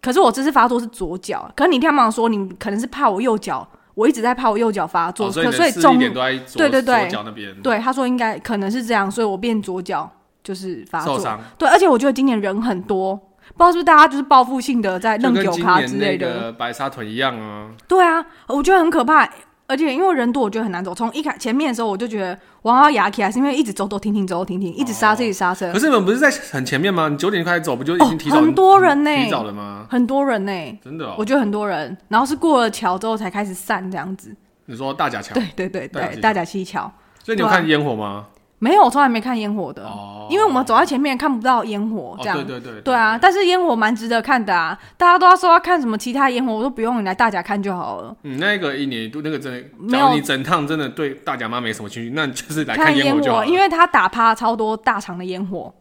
Speaker 2: 可是我这次发作是左脚，啊可是你听妈妈说，你可能是怕我右脚，我一直在怕我右脚发作，
Speaker 1: 哦所以
Speaker 2: 可
Speaker 1: 你
Speaker 2: 所
Speaker 1: 的
Speaker 2: 以
Speaker 1: 视力
Speaker 2: 重
Speaker 1: 点都在左
Speaker 2: 对对对
Speaker 1: 左脚那边
Speaker 2: 对她说应该可能是这样，所以我变左脚就是发
Speaker 1: 受
Speaker 2: 作。
Speaker 1: 伤，
Speaker 2: 对，而且我觉得今年人很多，不知道是不是大家就是报复性的在
Speaker 1: 就
Speaker 2: 扔
Speaker 1: 跟
Speaker 2: 酒
Speaker 1: 今
Speaker 2: 咖之
Speaker 1: 年
Speaker 2: 类
Speaker 1: 那
Speaker 2: 的。
Speaker 1: 个白沙屯一样啊。
Speaker 2: 对啊，我觉得很可怕，而且因为人多，我觉得很难走。从一开前面的时候，我就觉得我要牙起来，是因为一直走走停停走走停停，一直刹车一直刹车
Speaker 1: 可，是你们不是在很前面吗？你九点就开始走，不就已经提早
Speaker 2: 哦很多人呢
Speaker 1: 提早了吗？
Speaker 2: 很多人呢、
Speaker 1: 真的
Speaker 2: 我
Speaker 1: 哦。
Speaker 2: 觉得很多人，然后是过了桥之后才开始散这样子。
Speaker 1: 你说大甲桥，
Speaker 2: 对对对对，大
Speaker 1: 哦大
Speaker 2: 甲溪桥
Speaker 1: 所以你有
Speaker 2: 对啊
Speaker 1: 看烟火吗？
Speaker 2: 没有，我从来没看烟火的，
Speaker 1: 哦
Speaker 2: 啊因为我们走在前面看不到烟火
Speaker 1: 哦，
Speaker 2: 这样。
Speaker 1: 对对对，
Speaker 2: 对啊，但是烟火蛮值得看的啊！大家都要说要看什么其他烟火，我说不用，你来大甲看就好了。
Speaker 1: 嗯，那个一年一度，那个真的，
Speaker 2: 没有
Speaker 1: 假如你整趟真的对大甲妈没什么兴趣，那你就是来
Speaker 2: 看
Speaker 1: 烟
Speaker 2: 烟
Speaker 1: 火就好
Speaker 2: 火，
Speaker 1: 了。
Speaker 2: 因为它打趴超多大场的烟火，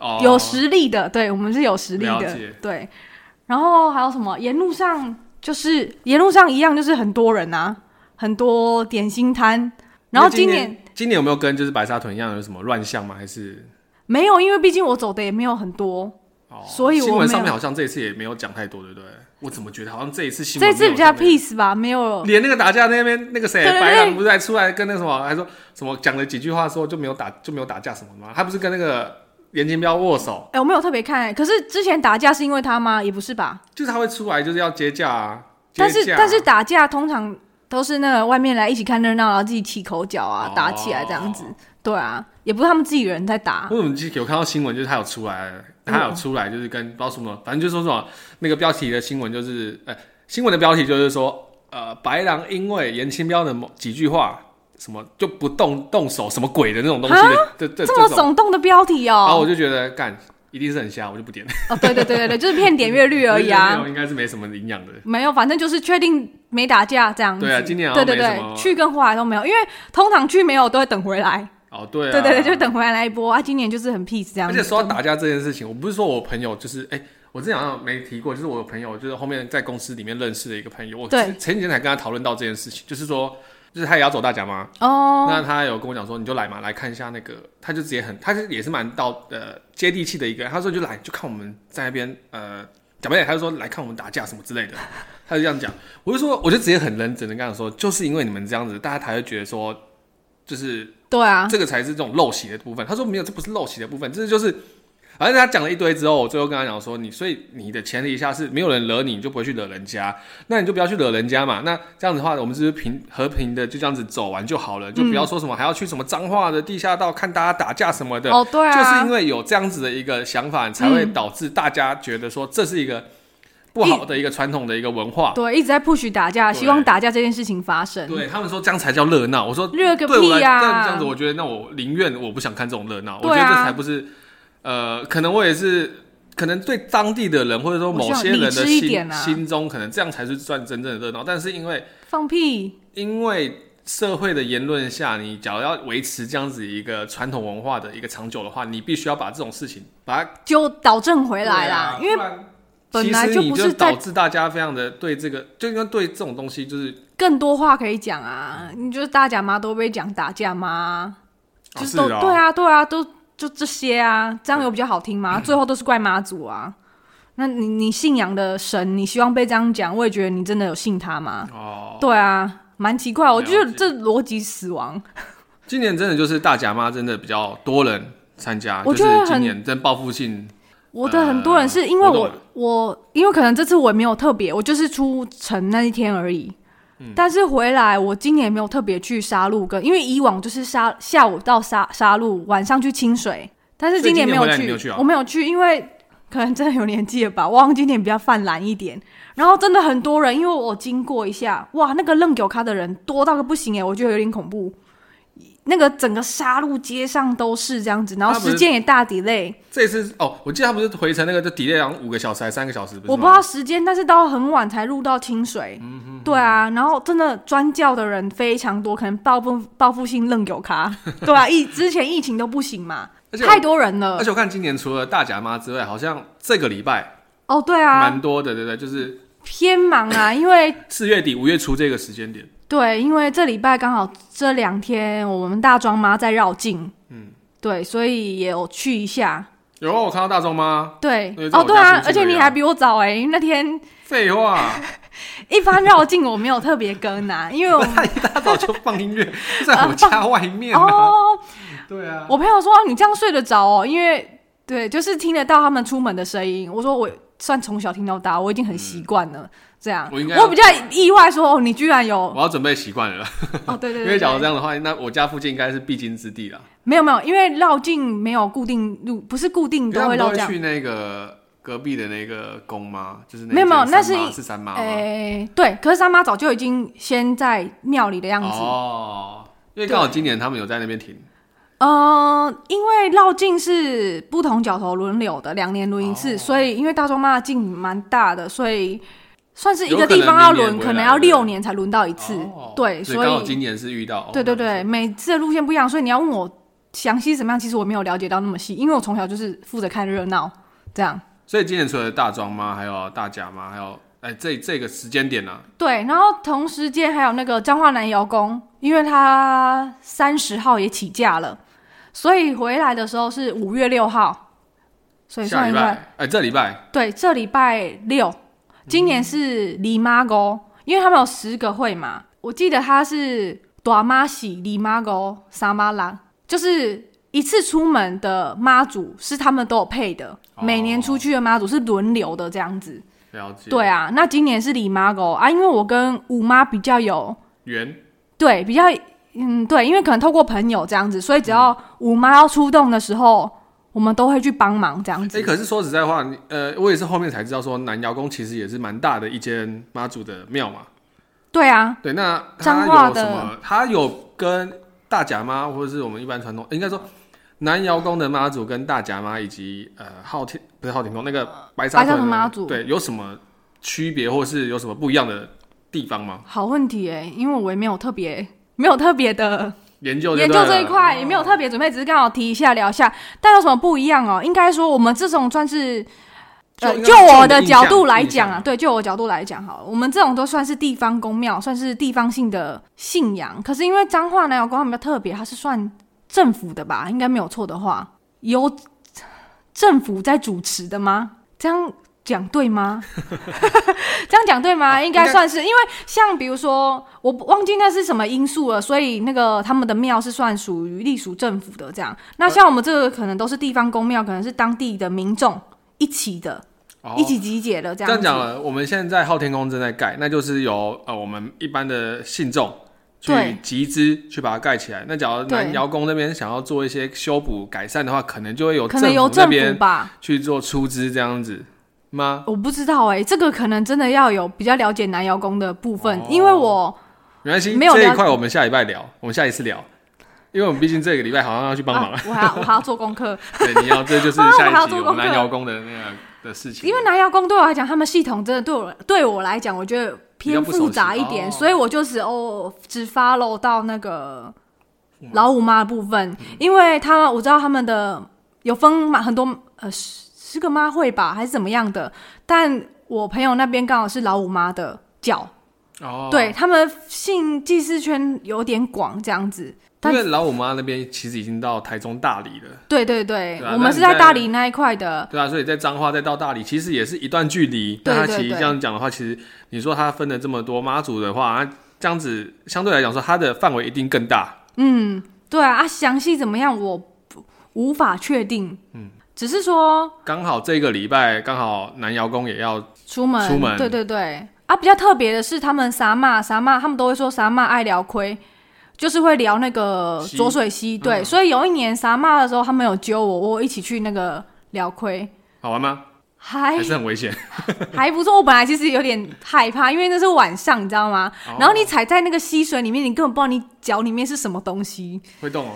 Speaker 1: 哦，
Speaker 2: 有实力的，对我们是有实力
Speaker 1: 了
Speaker 2: 的
Speaker 1: 解，
Speaker 2: 对。然后还有什么？沿路上就是沿路上一样，就是很多人啊，很多点心摊。然后
Speaker 1: 那今
Speaker 2: 年
Speaker 1: 今年有没有跟就是白沙屯一样有什么乱象吗？还是
Speaker 2: 没有，因为毕竟我走的也没有很多，
Speaker 1: 哦，
Speaker 2: 所以我
Speaker 1: 新闻上
Speaker 2: 没有
Speaker 1: 面好像这一次也没有讲太多，对不对？我怎么觉得好像这一次新闻
Speaker 2: 这次比
Speaker 1: 没
Speaker 2: 较
Speaker 1: 有像
Speaker 2: peace 吧，没
Speaker 1: 那
Speaker 2: 有
Speaker 1: 个，连那个打架那边那个谁
Speaker 2: 哦对对对
Speaker 1: 白狼不是还出来跟那个什么还说什么讲了几句话说就没有打就没有打架什么的吗？他不是跟那个严金彪握手，
Speaker 2: 哎、我没有特别看、可是之前打架是因为他吗？也不是吧。
Speaker 1: 就是他会出来就是要接架啊，
Speaker 2: 但是
Speaker 1: 接架啊
Speaker 2: 但是打架通常都是那个外面来一起看热闹，然后自己起口角啊，
Speaker 1: 哦
Speaker 2: 打起来这样子。对啊，也不是他们自己人在打。
Speaker 1: 我怎么记有看到新闻，就是他有出来，
Speaker 2: 嗯
Speaker 1: 他有出来，就是跟不知道什么，反正就说什么那个标题的新闻就是，呃，新闻的标题就是说，呃，白狼因为严清标的某几句话，什么就不动动手，什么鬼的那种东西的，这这
Speaker 2: 啊这么
Speaker 1: 种，
Speaker 2: 耸动的标题
Speaker 1: 然后
Speaker 2: 哦、
Speaker 1: 我就觉得干一定是很瞎，我就不点
Speaker 2: 哦，对对对对对，就是骗点阅率而已啊
Speaker 1: 内。容应该是没什么营养的。
Speaker 2: 没有，反正就是确定没打架这样子。
Speaker 1: 对啊今年好
Speaker 2: 对
Speaker 1: 像
Speaker 2: 对
Speaker 1: 没
Speaker 2: 对
Speaker 1: 什，么
Speaker 2: 去跟回来都没有，因为通常去没有都会等回来。
Speaker 1: 哦，对啊，
Speaker 2: 对对对，就是等回来那一波啊。今年就是很 peace 这样
Speaker 1: 而
Speaker 2: 子。
Speaker 1: 且说到打架这件事情，我不是说我朋友就是哎、我之前好像没提过，就是我有朋友就是后面在公司里面认识的一个朋友，我
Speaker 2: 对
Speaker 1: 前前几天才跟他讨论到这件事情，就是说就是他也要走大甲妈，
Speaker 2: 哦，
Speaker 1: 那他有跟我讲说，你就来嘛，来看一下那个，他就直接很，他是也是蛮到呃接地气的一个人。他说就来，就看我们在那边呃讲白点，他就说来看我们打架什么之类的， 他就这样讲。我就说，我就直接很认真的跟他说，就是因为你们这样子，大家才会觉得说，就是
Speaker 2: 对啊，
Speaker 1: 这个才是这种陋习的部分。他说没有，这不是陋习的部分，这就是。反正他讲了一堆之后，我最后跟他讲说，你所以你的前提下是没有人惹你，你就不会去惹人家，那你就不要去惹人家嘛。那这样子的话，我们就是平和平的就这样子走完就
Speaker 2: 嗯
Speaker 1: 好了，就不要说什么还要去什么脏话的地下道看大家打架什么的。
Speaker 2: 哦对啊，
Speaker 1: 就是因为有这样子的一个想法，才会导致大家觉得说这是一个不好的一个传统的一个文化。
Speaker 2: 嗯对一直在 push 打架，
Speaker 1: 对
Speaker 2: 希望打架这件事情发生。
Speaker 1: 对他们说这样才叫热闹，我说
Speaker 2: 热个
Speaker 1: 对我
Speaker 2: 屁啊
Speaker 1: 来
Speaker 2: 呀、
Speaker 1: 这样这样子，我觉得那我宁愿我不想看这种热闹，我
Speaker 2: 对
Speaker 1: 觉
Speaker 2: 啊
Speaker 1: 得这才不是，呃，可能我也是，可能对当地的人或者说某些人
Speaker 2: 我希
Speaker 1: 的
Speaker 2: 望理智一
Speaker 1: 心、
Speaker 2: 点啊
Speaker 1: 心中，可能这样才是算真正的热闹。但是因为
Speaker 2: 放屁！
Speaker 1: 因为社会的言论下，你假如要维持这样子一个传统文化的一个长久的话，你必须要把这种事情把它
Speaker 2: 就导正回来啦，
Speaker 1: 啊
Speaker 2: 因为
Speaker 1: 不然
Speaker 2: 本来
Speaker 1: 其实你
Speaker 2: 就不
Speaker 1: 就是
Speaker 2: 在
Speaker 1: 导致大家非常的对这个，就因为对这种东西就是
Speaker 2: 更多话可以讲啊。你就是大甲妈都被讲打架妈，
Speaker 1: 啊
Speaker 2: 就是
Speaker 1: 是
Speaker 2: 都、
Speaker 1: 啊
Speaker 2: 对啊，对啊，都就这些啊，这样有比较好听 吗？最后都是怪妈祖啊。那你你信仰的神，你希望被这样讲，我也觉得你真的有信他吗？
Speaker 1: 哦，
Speaker 2: 对啊，蛮奇怪，我就觉得
Speaker 1: 了解
Speaker 2: 这逻辑死亡。
Speaker 1: 今年真的就是大甲妈真的比较多人参加，
Speaker 2: 我
Speaker 1: 就
Speaker 2: 觉
Speaker 1: 是
Speaker 2: 得很
Speaker 1: 今年真报复性
Speaker 2: 我的很多人是因为
Speaker 1: 活动
Speaker 2: 我、
Speaker 1: 啊
Speaker 2: 我因为可能这次我也没有特别，我就是出城那一天而已。
Speaker 1: 嗯
Speaker 2: 但是回来，我今年也没有特别去沙鹿跟，因为以往就是沙下午到沙沙鹿，晚上去清水，但是
Speaker 1: 所以今
Speaker 2: 年
Speaker 1: 年
Speaker 2: 没有
Speaker 1: 回来
Speaker 2: 去，
Speaker 1: 你没有去啊
Speaker 2: 我没有去，因为可能真的有年纪了吧，我 好像今年比较犯懒一点。然后真的很多人，因为我经过一下，哇，那个愣狗咖的人多到个不行哎、我觉得有点恐怖。那个整个沙路街上都是这样子，然后
Speaker 1: 他不是
Speaker 2: 时间也大 delay，
Speaker 1: 这次哦，我记得他不是回程那个就 delay 好像五个小时还是三个小时，不是
Speaker 2: 我不知
Speaker 1: 吗嗯
Speaker 2: 道时间，但是到很晚才入到清水。对啊，然后真的专教的人非常多，可能报复报复性愣有 咖。对啊，疫之前疫情都不行嘛，
Speaker 1: 而且我
Speaker 2: 太呃多人了
Speaker 1: 而。且我看今年除了大甲妈之外，好像这个礼拜
Speaker 2: 哦，对啊，
Speaker 1: 蛮多的，对不对？就是
Speaker 2: 偏忙啊， 因为
Speaker 1: 四月底五月初这个时间点，
Speaker 2: 对，因为这礼拜刚好这两天我们大庄妈在绕境，
Speaker 1: 嗯，
Speaker 2: 对，所以也有去一下。
Speaker 1: 有啊，我看到大众吗？
Speaker 2: 对
Speaker 1: 对，在
Speaker 2: 哦，
Speaker 1: 我
Speaker 2: 对
Speaker 1: 家
Speaker 2: 啊
Speaker 1: 附，近
Speaker 2: 而且
Speaker 1: 而已
Speaker 2: 你
Speaker 1: 啊
Speaker 2: 还比我早哎、那天
Speaker 1: 废话，
Speaker 2: 一般绕境我没有特别跟啊，因为 我
Speaker 1: 他一大早就放音乐，在我家外面啊，
Speaker 2: 哦，
Speaker 1: 对啊，
Speaker 2: 我朋友说、啊、你这样睡得着哦，因为对，就是听得到他们出门的声音。我说我算从小听到大，我已经很习惯了。这样，
Speaker 1: 我应该
Speaker 2: 我比较意外说哦，你居然有
Speaker 1: 我要准备习惯了，
Speaker 2: 哦，对对对
Speaker 1: 因为假如
Speaker 2: 对
Speaker 1: 这样的话，那我家附近应该是必经之地啦。
Speaker 2: 没有没有，因为绕境没有固定路，不是固定
Speaker 1: 因为
Speaker 2: 都
Speaker 1: 他
Speaker 2: 会
Speaker 1: 们都
Speaker 2: 绕
Speaker 1: 会
Speaker 2: 这样。
Speaker 1: 去那个隔壁的那个宫吗？就是那
Speaker 2: 没有没有
Speaker 1: 间
Speaker 2: 那
Speaker 1: 三妈
Speaker 2: 是
Speaker 1: 是三妈吗？
Speaker 2: 哎，对，可是三妈早就已经先在庙里的样子。
Speaker 1: 哦，因为刚好今年他们有在那边停，
Speaker 2: 呃，因为绕境是不同角头轮流的，两年轮一次，
Speaker 1: 哦
Speaker 2: 所以因为大庄妈的境蛮大的，所以算是一
Speaker 1: 有
Speaker 2: 个
Speaker 1: 可
Speaker 2: 地
Speaker 1: 能
Speaker 2: 方要
Speaker 1: 明年
Speaker 2: 轮，
Speaker 1: 回
Speaker 2: 可能
Speaker 1: 来
Speaker 2: 要
Speaker 1: 对不对
Speaker 2: 六年才轮到一次。
Speaker 1: 哦
Speaker 2: 对，
Speaker 1: 所
Speaker 2: 所
Speaker 1: 刚好
Speaker 2: 以
Speaker 1: 今年是遇到，哦
Speaker 2: 对对对，每次的路线不一样，所以你要问我详细怎么样，其实我没有了解到那么细，因为我从小就是负责看热闹这样。
Speaker 1: 所以今年除了大庄妈，还有大甲妈，还有哎这这个时间点呢，
Speaker 2: 对，然后同时间还有那个彰化南窑宫，因为它三十号也起价了，所以回来的时候是五月六号，所以
Speaker 1: 下
Speaker 2: 算
Speaker 1: 礼
Speaker 2: 一算。
Speaker 1: 拜哎这礼拜
Speaker 2: 对，这礼拜六，今年是狸妈沟，因为他们有十个会嘛，我记得他是短妈喜狸妈沟沙妈郎，就是一次出门的妈祖是他们都有配的，
Speaker 1: 哦
Speaker 2: 每年出去的妈祖是轮流的这样子。
Speaker 1: 了解，
Speaker 2: 对啊，那今年是狸妈沟啊，因为我跟五妈比较有
Speaker 1: 圆
Speaker 2: 对，比较嗯，对，因为可能透过朋友这样子，所以只要五妈要出动的时候，我们都会去帮忙这样子
Speaker 1: 哎。可是说实在话，你呃我也是后面才知道说南窑宫其实也是蛮大的一间妈祖的庙嘛，
Speaker 2: 对啊，
Speaker 1: 对，那
Speaker 2: 彰
Speaker 1: 它
Speaker 2: 化
Speaker 1: 有
Speaker 2: 的
Speaker 1: 什么？它有跟大甲妈，或者是我们一般传统，应该说南瑶宫的妈祖跟大甲妈以及呃昊天不是昊天宫那个白沙
Speaker 2: 白沙屯
Speaker 1: 屯的
Speaker 2: 妈祖
Speaker 1: 对，有什么区别，或是有什么不一样的地方吗？
Speaker 2: 好问题哎、因为我也没有特别没有特别的
Speaker 1: 研究就啊
Speaker 2: 研究
Speaker 1: 对了
Speaker 2: 这一块，也没有特别准备，只是刚好提一下聊一下。但有什么不一样哦？应该说我们这种算是呃，
Speaker 1: 应该
Speaker 2: 就
Speaker 1: 说
Speaker 2: 我的
Speaker 1: 印
Speaker 2: 角
Speaker 1: 象
Speaker 2: 度来
Speaker 1: 印象
Speaker 2: 讲啊，对，就我角度来讲好了，我们这种都算是地方公庙，算是地方性的信仰。可是因为彰化南瑶宫它比较特别，它是算政府的吧，应该没有错的话，由政府在主持的吗？这样讲对吗？这样讲对吗？应该算是，因为像比如说，我不忘记那是什么因素了，所以那个他们的庙是算属于隶属政府的这样。那像我们这个可能都是地方公庙，可能是当地的民众一起的，
Speaker 1: 哦
Speaker 2: 一起集结的这
Speaker 1: 这
Speaker 2: 样子。
Speaker 1: 样讲了，我们现在昊天宫正在盖，那就是由呃我们一般的信众去
Speaker 2: 对
Speaker 1: 集资去把它盖起来。那假如
Speaker 2: 对
Speaker 1: 南窑宫那边想要做一些修补改善的话，可能就会有
Speaker 2: 可能由
Speaker 1: 那
Speaker 2: 政府
Speaker 1: 边
Speaker 2: 吧，
Speaker 1: 去做出资这样子吗？
Speaker 2: 我不知道哎、这个可能真的要有比较了解南瑶宫的部分，
Speaker 1: 哦
Speaker 2: 因为我
Speaker 1: 没关系，
Speaker 2: 没有
Speaker 1: 这
Speaker 2: 了
Speaker 1: 一
Speaker 2: 解
Speaker 1: 块我们下礼拜聊，我们下一次聊，因为我们毕竟这个礼拜好像要去帮忙了。
Speaker 2: 啊、我还要我还要做 功课，
Speaker 1: 对，你要这就是
Speaker 2: 啊我还
Speaker 1: 下
Speaker 2: 要
Speaker 1: 一集
Speaker 2: 做
Speaker 1: 我们
Speaker 2: 功
Speaker 1: 南
Speaker 2: 课
Speaker 1: 窑宫的那个的事情。
Speaker 2: 因为南瑶宫对我来讲，他们系统真的对我对我来讲，我觉得偏复杂一点，
Speaker 1: 比较不熟悉
Speaker 2: 所以我就是哦，只 follow 到那个老五妈的部分，
Speaker 1: 嗯
Speaker 2: 因为他们我知道他们的有分嘛很多呃十十个妈会吧，还是怎么样的，但我朋友那边刚好是老五妈的教，
Speaker 1: 哦，
Speaker 2: 对他们信祭祀圈有点广这样子。
Speaker 1: 因
Speaker 2: 但
Speaker 1: 为老五妈那边其实已经到台中大理了，
Speaker 2: 对对对，
Speaker 1: 对啊
Speaker 2: 我
Speaker 1: 那
Speaker 2: 们
Speaker 1: 你
Speaker 2: 是在
Speaker 1: 在
Speaker 2: 大理那一块的，
Speaker 1: 对啊，所以在彰化再到大理，其实也是一段距离。
Speaker 2: 对
Speaker 1: 那它
Speaker 2: 对
Speaker 1: 其实
Speaker 2: 对
Speaker 1: 这样讲的话，其实你说它分了这么多妈祖的话，它这样子相对来讲说，它的范围一定更大。
Speaker 2: 嗯，对啊，啊，详细怎么样我不无法确定，嗯，只是说
Speaker 1: 刚好这个礼拜刚好南瑶宫也要
Speaker 2: 出门，
Speaker 1: 出门
Speaker 2: 对对对，啊，比较特别的是他们撒骂撒骂，他们都会说撒骂爱聊亏。就是会聊那个
Speaker 1: 溪
Speaker 2: 浊水溪，
Speaker 1: 嗯
Speaker 2: 对，所以有一年撒骂的时候，他们有揪我，我一起去那个聊亏，
Speaker 1: 好玩吗？
Speaker 2: 还
Speaker 1: 还是很危险。
Speaker 2: 还不错。我本来其实有点害怕，因为那是晚上，你知道吗？
Speaker 1: 哦
Speaker 2: 然后你踩在那个溪水里面，你根本不知道你脚里面是什么东西，
Speaker 1: 会动哦，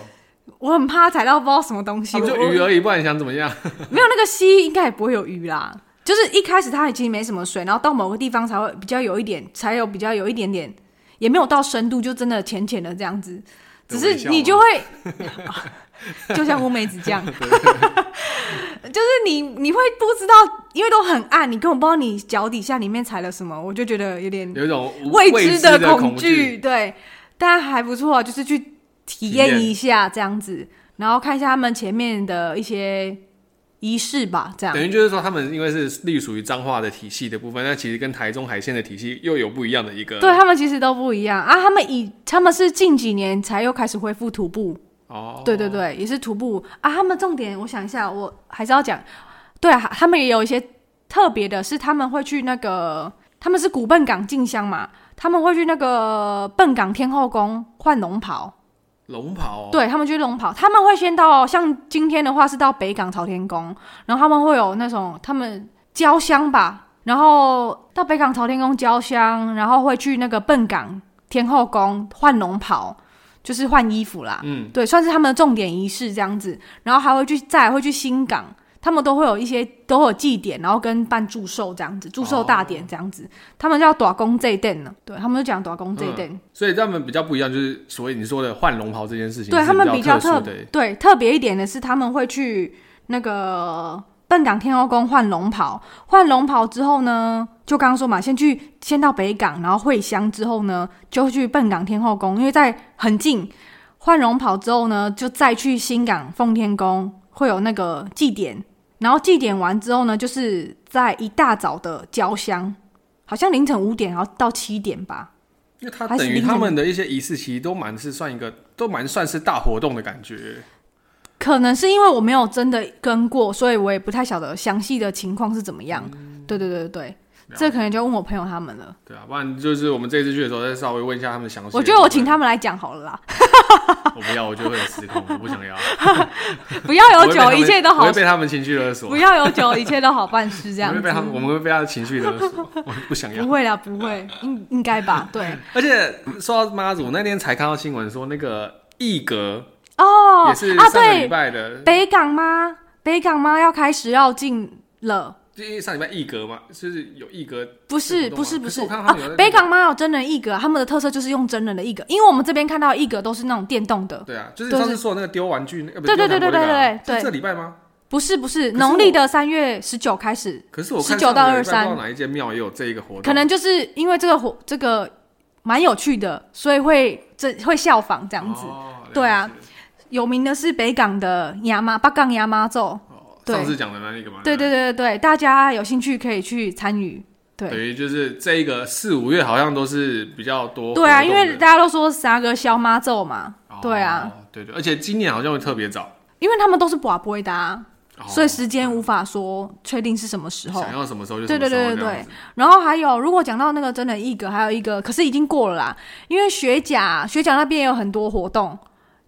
Speaker 2: 我很怕踩到不知道什么东西。
Speaker 1: 他们就
Speaker 2: 我
Speaker 1: 鱼而已，不然你想怎么样？
Speaker 2: 没有那个溪，应该也不会有鱼啦。就是一开始它已经没什么水，然后到某个地方才会比较有一点，才有比较有一点点，也没有到深度，就真的浅浅的这样子。只
Speaker 1: 微笑
Speaker 2: 是
Speaker 1: 吗
Speaker 2: 你就会， 就像乌梅子这样， 就是你你会不知道，因为都很暗，你根本不知道你脚底下里面踩了什么，我就觉得有点
Speaker 1: 有一种无
Speaker 2: 未
Speaker 1: 未
Speaker 2: 的
Speaker 1: 的
Speaker 2: 恐
Speaker 1: 惧。
Speaker 2: 对，但还不错，就是去体
Speaker 1: 体验
Speaker 2: 验一下这样子，然后看一下他们前面的一些仪式吧，这样
Speaker 1: 等于就是说，他们因为是隶属于彰化的体系的部分，那其实跟台中海线的体系又有不一样的一个
Speaker 2: 对他们其实都不一样啊。他们以他们是近几年才又开始恢复徒步，
Speaker 1: 哦，
Speaker 2: 对对对，也是徒步啊。他们重点我想一下，我还是要讲，对、啊，他们也有一些特别的，是他们会去那个，他们是古笨港进香嘛，他们会去那个笨港天后宫换龙袍。
Speaker 1: 龙袍、哦，
Speaker 2: 对他们去龙跑，他们会先到像今天的话是到北港朝天宫，然后他们会有那种他们交香吧，然后到北港朝天宫交香，然后会去那个笨港天后宫换龙袍，就是换衣服啦。
Speaker 1: 嗯，
Speaker 2: 对，算是他们的重点仪式这样子，然后还会去再来会去新港，他们都会有一些都会有祭典，然后跟办祝寿这样子，祝寿大典这样
Speaker 1: 哦
Speaker 2: 子，他们叫短工这一殿呢，对他们就讲短工这
Speaker 1: 嗯
Speaker 2: 一殿。
Speaker 1: 所以他们比较不一样，就是所谓你说的换龙袍这件事情，
Speaker 2: 对他们比较
Speaker 1: 较殊
Speaker 2: 特
Speaker 1: 的。欸
Speaker 2: 对特别一点的是，他们会去那个笨港天后宫换龙袍，换龙袍之后呢，就刚刚说嘛，先去先到北港，然后会香之后呢，就去笨港天后宫，因为在很近。换龙袍之后呢，就再去新港奉天宫会有那个祭典，然后祭典完之后呢，就是在一大早的交香，好像凌晨五点，然后到七点吧。
Speaker 1: 因为他
Speaker 2: 还是
Speaker 1: 等于
Speaker 2: 凌
Speaker 1: 他
Speaker 2: 晨
Speaker 1: 们的一些仪式，其实都蛮是算一个，都蛮算是大活动的感觉。
Speaker 2: 可能是因为我没有真的跟过，所以我也不太晓得详细的情况是怎么样。对对对对对，
Speaker 1: 嗯了解
Speaker 2: 这可能就要问我朋友他们了。
Speaker 1: 对啊，不然就是我们这次去的时候再稍微问一下他们详细。
Speaker 2: 我觉得我请，他们来讲好了啦，
Speaker 1: 我不要，我就会很失控，我不想要。
Speaker 2: 不要
Speaker 1: 我
Speaker 2: 有
Speaker 1: 会被他
Speaker 2: 酒，
Speaker 1: 们
Speaker 2: 一切都
Speaker 1: 我
Speaker 2: 好
Speaker 1: 会；被他们情绪勒索，
Speaker 2: 不要有酒，一切都好办事。
Speaker 1: 我
Speaker 2: 这样
Speaker 1: 会被他
Speaker 2: 子
Speaker 1: 们，我们会被他的情绪勒索，我不想要
Speaker 2: 不。会啦，不会，应应 该吧？对
Speaker 1: 而且说到妈祖，那天才看到新闻说，那个义格
Speaker 2: 哦
Speaker 1: 也是
Speaker 2: 啊，
Speaker 1: 上个礼
Speaker 2: 对，
Speaker 1: 拜的，
Speaker 2: 北港吗？北港吗？要开始要进了。
Speaker 1: 就因为上礼拜义格嘛，就是有义格
Speaker 2: 不是
Speaker 1: 这个活动吗
Speaker 2: 不是不
Speaker 1: 可是
Speaker 2: 是
Speaker 1: 我看他
Speaker 2: 啊
Speaker 1: 们有那！个
Speaker 2: 北港妈有真人一格，他们的特色就是用真人的一格，因为我们这边看哦到一格都是那种电动的，
Speaker 1: 对啊，就是
Speaker 2: 对
Speaker 1: 上次
Speaker 2: 是
Speaker 1: 说的那个丢玩具，那个不
Speaker 2: 对
Speaker 1: 是
Speaker 2: 对
Speaker 1: 丢糖果
Speaker 2: 对对
Speaker 1: 那个啊
Speaker 2: 对对对
Speaker 1: 是这礼拜吗？
Speaker 2: 不是不是，
Speaker 1: 可是
Speaker 2: 农历的三月十九开始，
Speaker 1: 可是我看
Speaker 2: 19到
Speaker 1: 上个礼拜不
Speaker 2: 23
Speaker 1: 知道哪一间庙也有这一个活动，
Speaker 2: 可能就是因为这个活这个蛮有趣的，所以会这会效仿
Speaker 1: 这
Speaker 2: 这样子。
Speaker 1: 哦、
Speaker 2: 对啊
Speaker 1: 了解，
Speaker 2: 有名的是北港的牙妈八杠牙妈咒，
Speaker 1: 哦
Speaker 2: 对
Speaker 1: 上次讲的那一个嘛，
Speaker 2: 对对对对对，大家有兴趣可以去参与。
Speaker 1: 等
Speaker 2: 对
Speaker 1: 于就是这一个四五月好像都是比较多活动的。
Speaker 2: 对啊，因为大家都说沙哥消妈咒嘛，
Speaker 1: 哦
Speaker 2: 对啊，
Speaker 1: 对对，而且今年好像会特别早，
Speaker 2: 因为他们都是寡不会的啊，
Speaker 1: 哦啊
Speaker 2: 所以时间无法说确定是什么时候
Speaker 1: 想。要什么时候就
Speaker 2: 对对
Speaker 1: 什么时候
Speaker 2: 对对
Speaker 1: 这样子
Speaker 2: 然后还有，如果讲到那个真的一个，还有一个，可是已经过了啦，因为学甲学甲那边也有很多活动，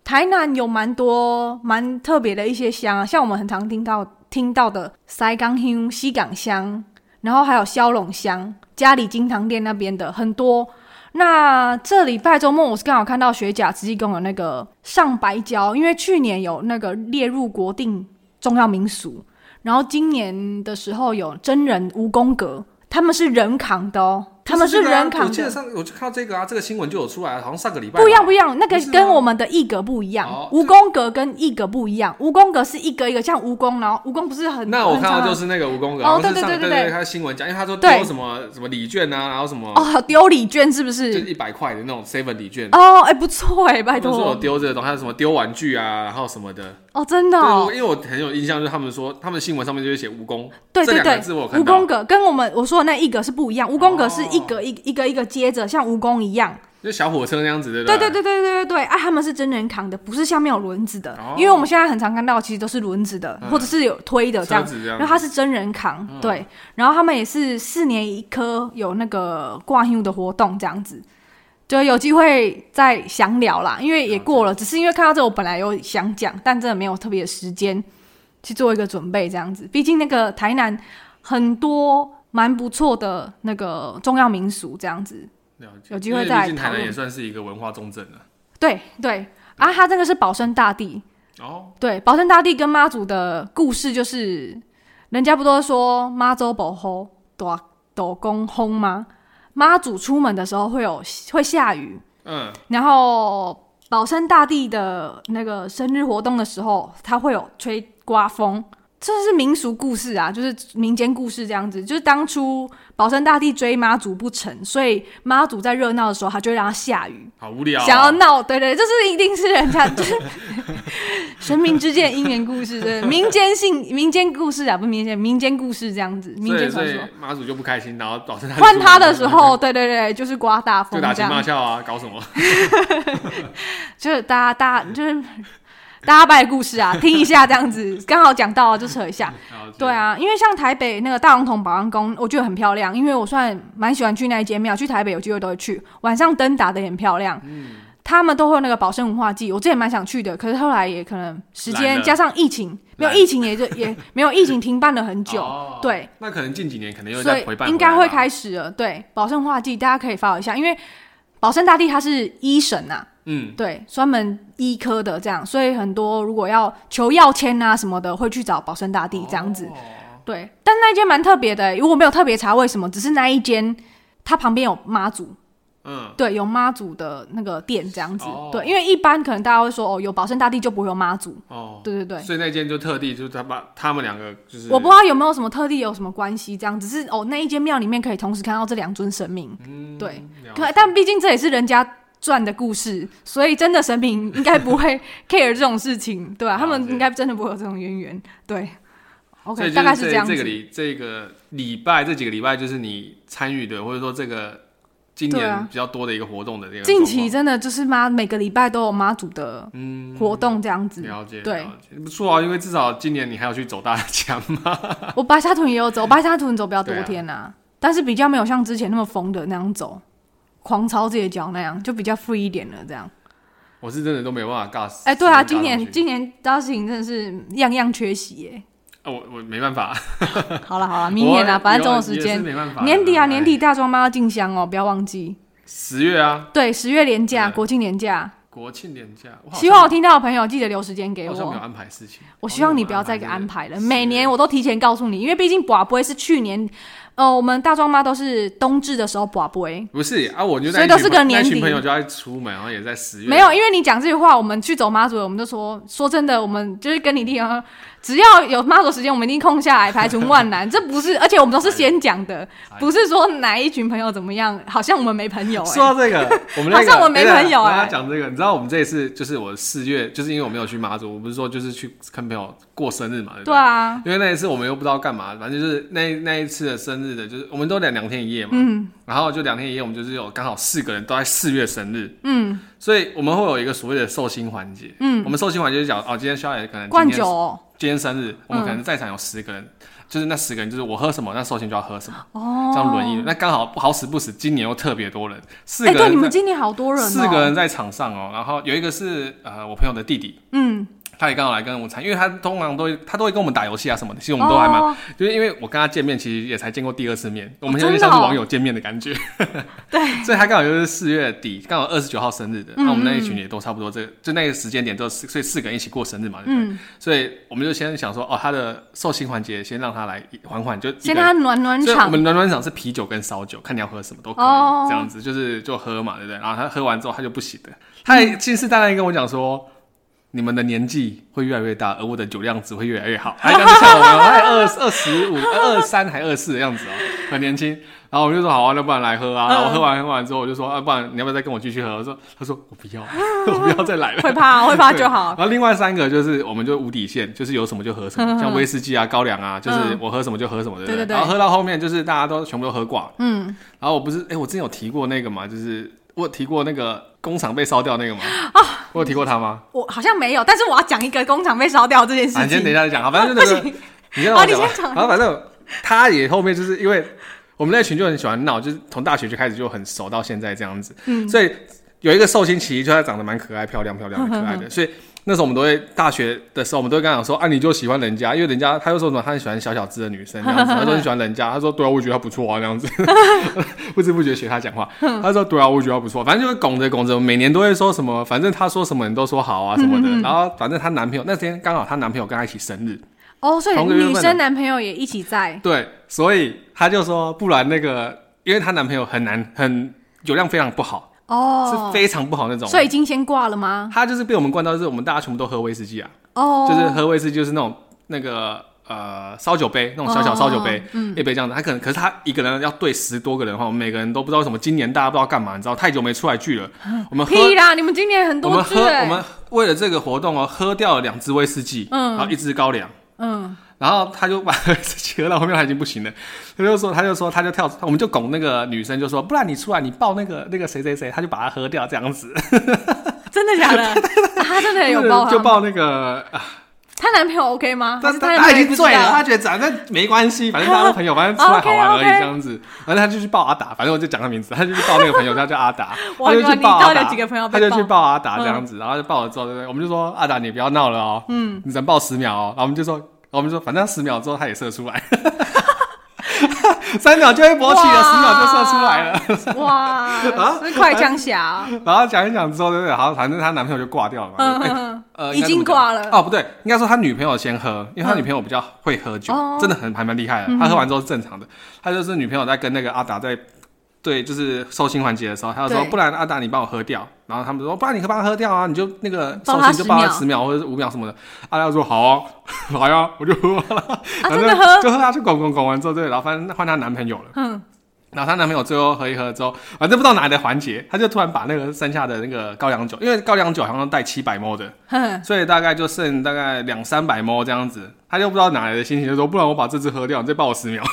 Speaker 2: 台南有蛮多蛮特别的一些香啊，像我们很常听到听到的塞港香、西港香，然后还有消龙香，家里金堂店那边的很多。那这礼拜周末我是刚好看到学甲慈济宫有那个上白礁，因为去年有那个列入国定重要民俗，然后今年的时候有真人蜈蚣阁，他们是人扛的哦，他们
Speaker 1: 就是这个啊
Speaker 2: 人扛
Speaker 1: 我记得
Speaker 2: 的。
Speaker 1: 上我就看到这个啊，这个新闻就有出来，好像上个礼拜吧
Speaker 2: 不一样，不一样，那个
Speaker 1: 不是吗
Speaker 2: 跟我们的一格不一样
Speaker 1: 哦，
Speaker 2: 蜈蚣阁跟一格不一样，蜈蚣阁是一格一个像蜈蚣，然后蜈蚣不是很
Speaker 1: 那我看
Speaker 2: 很
Speaker 1: 到
Speaker 2: 长
Speaker 1: 就
Speaker 2: 的
Speaker 1: 是那个蜈蚣哥，
Speaker 2: 哦
Speaker 1: 好像是
Speaker 2: 对对
Speaker 1: 上
Speaker 2: 对
Speaker 1: 对
Speaker 2: 对
Speaker 1: 对，
Speaker 2: 对
Speaker 1: 他的新闻讲，因为他说
Speaker 2: 对
Speaker 1: 丢什么什么礼券啊，然后什么
Speaker 2: 哦，好丢礼券是不？
Speaker 1: 就是一百块的那种 seven 礼券，
Speaker 2: 哦，哎，不错哎，拜
Speaker 1: 他们说有
Speaker 2: 托，
Speaker 1: 丢这个东西，还有什么丢玩具啊，然后什么的。
Speaker 2: 哦，真的哦
Speaker 1: 对，，因为我很有印象，就是他们说他们新闻上面就会写蜈蚣，
Speaker 2: 对
Speaker 1: 这
Speaker 2: 对
Speaker 1: 两
Speaker 2: 对
Speaker 1: 个字我，有看
Speaker 2: 蜈
Speaker 1: 到
Speaker 2: 蚣阁跟我们我说的那一格是不一样，蜈蚣阁是一
Speaker 1: 哦
Speaker 2: 格一一个一个接着，像蜈蚣一样。
Speaker 1: 就小火车那样子，对不
Speaker 2: 对
Speaker 1: 对
Speaker 2: 对对对对对对，啊，他们是真人扛的，不是下面有轮子的
Speaker 1: 哦，
Speaker 2: 因为我们现在很常看到其实都是轮子的
Speaker 1: 嗯，
Speaker 2: 或者是有推的这
Speaker 1: 车
Speaker 2: 样。
Speaker 1: 子这样
Speaker 2: 然后
Speaker 1: 子。
Speaker 2: 他是真人扛，对，然后他们也是四年一科有那个挂 U 的活动这样子，就有机会再详聊啦，因为也过了，只是因为看到这我本来有想讲，但真的没有特别的时间去做一个准备这样子，毕竟那个台南很多蛮不错的那个重要民俗这样子，
Speaker 1: 了解
Speaker 2: 有机会
Speaker 1: 因为
Speaker 2: 再来
Speaker 1: 毕竟台
Speaker 2: 讨
Speaker 1: 南
Speaker 2: 论
Speaker 1: 也算是一个文化重镇了。
Speaker 2: 对对，啊，他这个是保生大帝，
Speaker 1: 哦，
Speaker 2: 对，保生大帝跟妈祖的故事就是，人家不都说妈祖保吼躲躲公轰吗？妈祖出门的时候会有会下雨，
Speaker 1: 嗯，
Speaker 2: 然后保生大帝的那个生日活动的时候，他会有吹刮风。这是民俗故事啊，就是民间故事这样子。就是当初保生大帝追妈祖不成，所以妈祖在热闹的时候，他就会让它下雨。
Speaker 1: 好无聊哦。
Speaker 2: 想要闹，对对，这是一定是人家 就是神明之间的姻缘故事，对 民间性民间故事啊，不是民间民间故事这样子，民
Speaker 1: 所以
Speaker 2: 间
Speaker 1: 所
Speaker 2: 传
Speaker 1: 以
Speaker 2: 说。
Speaker 1: 妈祖就不开心，然后导致他
Speaker 2: 换他的时候，对对对，就是刮大
Speaker 1: 就
Speaker 2: 风
Speaker 1: 打
Speaker 2: 这
Speaker 1: 情骂
Speaker 2: 样，
Speaker 1: 俏啊，搞什么？
Speaker 2: 就是大家大家 就是大家拜的故事啊，听一下这样子，刚好讲到了就扯一下。
Speaker 1: 了解
Speaker 2: 对，啊，因为像台北那个大龙峒保安宫，我觉得很漂亮，因为我算蛮喜欢去那一间庙，去台北有机会都会去，晚上灯打的也很漂亮。
Speaker 1: 嗯
Speaker 2: 他们都会有那个保生文化祭，我之前蛮想去的，可是后来也可能时
Speaker 1: 懒
Speaker 2: 间
Speaker 1: 了
Speaker 2: 加上疫情，没有
Speaker 1: 懒
Speaker 2: 疫情也就 也没有疫情停办了很久，
Speaker 1: 哦
Speaker 2: 对，
Speaker 1: 那可能近几年可能又
Speaker 2: 所
Speaker 1: 在
Speaker 2: 以
Speaker 1: 回办，
Speaker 2: 应该会。开始了。对，保生文化祭大家可以 follow 一下，因为保生大帝他是医神呐、
Speaker 1: 嗯，
Speaker 2: 对，专门医科的这样，所以很多如果要求药签啊什么的，会去找保生大帝这样子。
Speaker 1: 哦
Speaker 2: 对，但那一间蛮特别的欸，如果没有特别查为什么，只是那一间它旁边有妈祖，
Speaker 1: 嗯，
Speaker 2: 对，有妈祖的那个店这样子。
Speaker 1: 哦
Speaker 2: 对，因为一般可能大家会说哦，有保生大帝就不会有妈祖。
Speaker 1: 哦，
Speaker 2: 对对对，
Speaker 1: 所以那间就特地就是他把他们两个就是
Speaker 2: 我不知道有没有什么特地有什么关系，这样只是哦，那一间庙里面可以同时看到这两尊神明。
Speaker 1: 嗯
Speaker 2: 对，
Speaker 1: 了
Speaker 2: 可但毕竟这也是人家赚的故事，所以真的神明应该不会 care 这种事情，对吧、
Speaker 1: 了解
Speaker 2: 他们应该真的不会有这种渊源。对
Speaker 1: 所以
Speaker 2: ，OK，
Speaker 1: 就
Speaker 2: 大概
Speaker 1: 是
Speaker 2: 是这样
Speaker 1: 这个
Speaker 2: 子。
Speaker 1: 礼这个礼拜这几个礼拜就是你参与的，或者说这个今
Speaker 2: 对
Speaker 1: 年
Speaker 2: 啊
Speaker 1: 比较多的一个活动的这个
Speaker 2: 近
Speaker 1: 状
Speaker 2: 期
Speaker 1: 况
Speaker 2: 真的就是妈每个礼拜都有妈祖的
Speaker 1: 嗯
Speaker 2: 活动这样子。
Speaker 1: 了解
Speaker 2: 对
Speaker 1: 了解不错啊，因为至少今年你还要去走大江嘛，
Speaker 2: 我白沙屯也有 走，白沙屯走比较多
Speaker 1: 啊对啊
Speaker 2: 天啊，但是比较没有像之前那么疯的那样走，狂操自己的脚那样，就比较 free 一点了这样。
Speaker 1: 我是真的都没有办法尬死。
Speaker 2: 哎、对啊，
Speaker 1: 尬上
Speaker 2: 今
Speaker 1: 去
Speaker 2: 年今年大事情真的是样样缺席 耶。
Speaker 1: 啊我我没办法，
Speaker 2: 好了好了，明年啊，
Speaker 1: 我
Speaker 2: 反正总有
Speaker 1: 也
Speaker 2: 时
Speaker 1: 是
Speaker 2: 间。
Speaker 1: 没办法的，
Speaker 2: 年底啊，
Speaker 1: 哎
Speaker 2: 年底大庄妈要进香哦，不要忘记。
Speaker 1: 十月啊，
Speaker 2: 对，十月连假，
Speaker 1: 对
Speaker 2: 国庆连假，
Speaker 1: 国庆年假，我好像
Speaker 2: 希望我听到的朋友记得留时间给
Speaker 1: 好像没有
Speaker 2: 我。
Speaker 1: 安排事情，
Speaker 2: 我希望你不要再给
Speaker 1: 哦好像没有
Speaker 2: 安
Speaker 1: 安
Speaker 2: 排了，
Speaker 1: 是
Speaker 2: 每年我都提前告诉你，因为毕竟寡不会是去年呃，我们大壮妈都是冬至的时候卜杯。
Speaker 1: 不是啊，我就
Speaker 2: 所
Speaker 1: 在
Speaker 2: 以
Speaker 1: 一
Speaker 2: 都
Speaker 1: 群
Speaker 2: 是
Speaker 1: 朋
Speaker 2: 个年
Speaker 1: 那群
Speaker 2: 底
Speaker 1: 朋友就要出门，然后也在十月
Speaker 2: 没有，因为你讲这句话，我们去走妈祖，我们就说说真的，我们就是跟你弟啊，只要有妈祖时间，我们一定空下来，排除 万难。这不是，而且我们都是先讲的，
Speaker 1: 哎
Speaker 2: 不是说哪一群朋友怎么样，好像我们没朋友、欸。
Speaker 1: 说到这个，我们那
Speaker 2: 好
Speaker 1: 个
Speaker 2: 像我没朋友
Speaker 1: 哎。
Speaker 2: 哎
Speaker 1: 大家讲这个，你知道我们这一次就是我四月，就是因为我没有去妈祖，我不是说就是去跟朋友过生日嘛，对不
Speaker 2: 对
Speaker 1: 对？
Speaker 2: 啊，
Speaker 1: 因为那一次我们又不知道干嘛，反正就是那那一次的生日的，就是我们都两两天一夜嘛，
Speaker 2: 嗯
Speaker 1: 然后就两天一夜，我们就是有刚好四个人都在四月生日，
Speaker 2: 嗯，
Speaker 1: 所以我们会有一个所谓的寿星环节。
Speaker 2: 嗯
Speaker 1: 我们寿星环节就讲哦，今天萧炎可能今
Speaker 2: 灌
Speaker 1: 天
Speaker 2: 酒、哦。
Speaker 1: 今天生日，我们可能在场有十个人，就是那十个人就是我喝什么，那寿星就要喝什么，
Speaker 2: 哦
Speaker 1: 这样轮一轮。那刚好不好死不死，今年又特别多人，四
Speaker 2: 哎、
Speaker 1: 个人在、
Speaker 2: 对，你们今年好多人、哦，
Speaker 1: 四个人，在场上哦，然后有一个是呃我朋友的弟弟，
Speaker 2: 嗯，
Speaker 1: 他也刚好来跟我参，因为他通常都会他都会跟我们打游戏啊什么的，其实我们都还蛮，
Speaker 2: 哦
Speaker 1: 就是因为我跟他见面，其实也才见过第二次面，我们现
Speaker 2: 真
Speaker 1: 在
Speaker 2: 的
Speaker 1: 像是
Speaker 2: 哦
Speaker 1: 网友见面的感觉，
Speaker 2: 对，
Speaker 1: 所以他刚好就是四月底，刚好二十九号生日的，
Speaker 2: 嗯
Speaker 1: 那我们那一群也都差不多这就那个时间点都四，所以四个人一起过生日嘛，对不对？
Speaker 2: 嗯
Speaker 1: 所以我们就先想说，哦，他的寿星环节先让他来缓缓，就一个
Speaker 2: 先让他暖暖
Speaker 1: 所以我
Speaker 2: 场，
Speaker 1: 们暖暖场是啤酒跟烧酒，看你要喝什么都可以，
Speaker 2: 哦
Speaker 1: 这样子就是就喝嘛，对不对？然后他喝完之后他就不行了，他也信誓旦旦地跟我讲说。你们的年纪会越来越大，而我的酒量只会越来越好。还刚笑 我，还二二十五、二三还二四的样子哦，很年轻。然后我就说好啊，那不然来喝啊。
Speaker 2: 嗯
Speaker 1: 然后我喝完喝完之后，我就说啊，不然你要不要再跟我继续喝？我说，他说我不要， 我不要再来了。
Speaker 2: 会怕会怕
Speaker 1: 对
Speaker 2: 就好
Speaker 1: 然，后另外三个就是我们就无底线，就是有什么就喝什么，
Speaker 2: 嗯
Speaker 1: 像威士忌啊、高粱啊，就是
Speaker 2: 嗯
Speaker 1: 我喝什么就喝什么，对不
Speaker 2: 对对对
Speaker 1: 然后喝到后面就是大家都全部都喝挂。
Speaker 2: 嗯，
Speaker 1: 然后我不是，哎、我之前有提过那个嘛，就是我有提过那个工厂被烧掉那个嘛，
Speaker 2: 啊
Speaker 1: 我有提过他吗？
Speaker 2: 我好像没有，但是我要讲一个工厂被烧掉这件事
Speaker 1: 啊，你先
Speaker 2: 情
Speaker 1: 等一，下再讲，好，反正就
Speaker 2: 不
Speaker 1: 是
Speaker 2: 行，
Speaker 1: 你先让我
Speaker 2: 哦你
Speaker 1: 讲吧
Speaker 2: 先。讲
Speaker 1: 然后反正他也后面就是因为我们那群就很喜欢闹，就是从大学就开始就很熟到现在这样子，
Speaker 2: 嗯
Speaker 1: 所以有一个寿星其实就她长得蛮可爱、漂亮、漂亮、可爱的，所以。那时候我们都会大学的时候，我们都会跟她讲说啊，你就喜欢人家，因为人家他又说什么，他很喜欢小小只的女生这样子，他说你喜欢人家，他说对啊，我也觉得她不错啊这样子， 不知不觉学他讲话，他说对啊，我也觉得她不错，反正就是拱着拱着，每年都会说什么，反正他说什么你都说好啊什么的，然后反正她男朋友那天刚好她男朋友跟她一起生日，
Speaker 2: 哦，所以
Speaker 1: 同个月份啊
Speaker 2: 女
Speaker 1: 的
Speaker 2: 生男朋友也一起在，
Speaker 1: 对，所以她就说，不然那个，因为她男朋友很难，很酒量非常不好，
Speaker 2: 哦
Speaker 1: 是，非常不好那种。
Speaker 2: 所以已经先挂了吗？
Speaker 1: 她就是被我们灌到，就是我们大家全部都喝威士忌啊，
Speaker 2: 哦，
Speaker 1: 就是喝威士忌就是那种那个呃烧酒杯，那种小小烧酒杯，
Speaker 2: 嗯
Speaker 1: 一杯这样子。她可能，可是她一个人要对十多个人的话，我们每个人都不知道什么，今年大家不知道干嘛，你知道太久没出来聚了，我们喝。
Speaker 2: 屁啦，你们今啊年很
Speaker 1: 我
Speaker 2: 多
Speaker 1: 们
Speaker 2: 剧
Speaker 1: 喝，我
Speaker 2: 哎
Speaker 1: 们为了这个活动哦，喝掉了两支威士忌，
Speaker 2: 嗯
Speaker 1: 然后一支高粱，
Speaker 2: 嗯，
Speaker 1: 然后他就把喝到后面他已经不行了，他就说他就说他就跳，我们就拱那个女生就说，不然你出来你抱那个那个谁谁谁，他就把他喝掉这样子，
Speaker 2: 真 的假的？啊他真的有报
Speaker 1: 就抱那个，啊
Speaker 2: 她男朋友 OK 吗？还
Speaker 1: 但
Speaker 2: 是她
Speaker 1: 但
Speaker 2: 男
Speaker 1: 他
Speaker 2: 朋友
Speaker 1: 已经
Speaker 2: 不知
Speaker 1: 醉了，
Speaker 2: 道
Speaker 1: 他觉得反正没关系，反正大家都朋友，反正出来好玩而已这样子，反正他就去抱阿达，反正我就讲他名字，他就去抱那个朋友，他叫阿达，
Speaker 2: 哇
Speaker 1: 他就去抱
Speaker 2: 你到
Speaker 1: 阿
Speaker 2: 底
Speaker 1: 达，
Speaker 2: 有几个朋友
Speaker 1: 他
Speaker 2: 被
Speaker 1: 就
Speaker 2: 抱嗯
Speaker 1: 去抱阿达这样子，然后就抱了之后，对不对？我们就说阿达你不要闹了哦，嗯，你只能抱十秒哦，然后我们就说，我们就说反正十秒之后他也射出来。三秒就会勃起了，十秒就射出来了。
Speaker 2: 哇，是快枪侠啊，
Speaker 1: 然后讲一讲之后，对不对？好，反正她男朋友就挂掉了嘛。
Speaker 2: 嗯
Speaker 1: 哎
Speaker 2: 嗯
Speaker 1: 呃，
Speaker 2: 已经
Speaker 1: 应该怎么讲
Speaker 2: 挂了嗯
Speaker 1: 哦，不对，应该说他女朋友先喝，因为他女朋友比较会喝酒，
Speaker 2: 哦
Speaker 1: 真的很还蛮厉害的。他喝完之后是正常的，他就是女朋友在跟那个阿达在对，就是寿星环节的时候，他就说
Speaker 2: 对
Speaker 1: 不然阿达你帮我喝掉，然后他们说不然你可以帮他喝掉啊，你就那个
Speaker 2: 抱
Speaker 1: 寿
Speaker 2: 他
Speaker 1: 星就抱他
Speaker 2: 10秒
Speaker 1: 十秒或者是五秒什么的。阿达就 说好啊，来啊，我就喝完了，
Speaker 2: 啊
Speaker 1: 然后
Speaker 2: 真的喝
Speaker 1: 就喝下去，拱拱拱完之后，对，然后反正换她男朋友了。
Speaker 2: 嗯，
Speaker 1: 然后她男朋友最后喝一喝之后，反正不知道哪来的环节，她就突然把那个剩下的那个高粱酒，因为高粱酒好像带七百 ml 的，
Speaker 2: 哼，
Speaker 1: 所以大概就剩大概两三百 ml 这样子，她就不知道哪来的心情，就说不然我把这支喝掉，你再抱我十秒。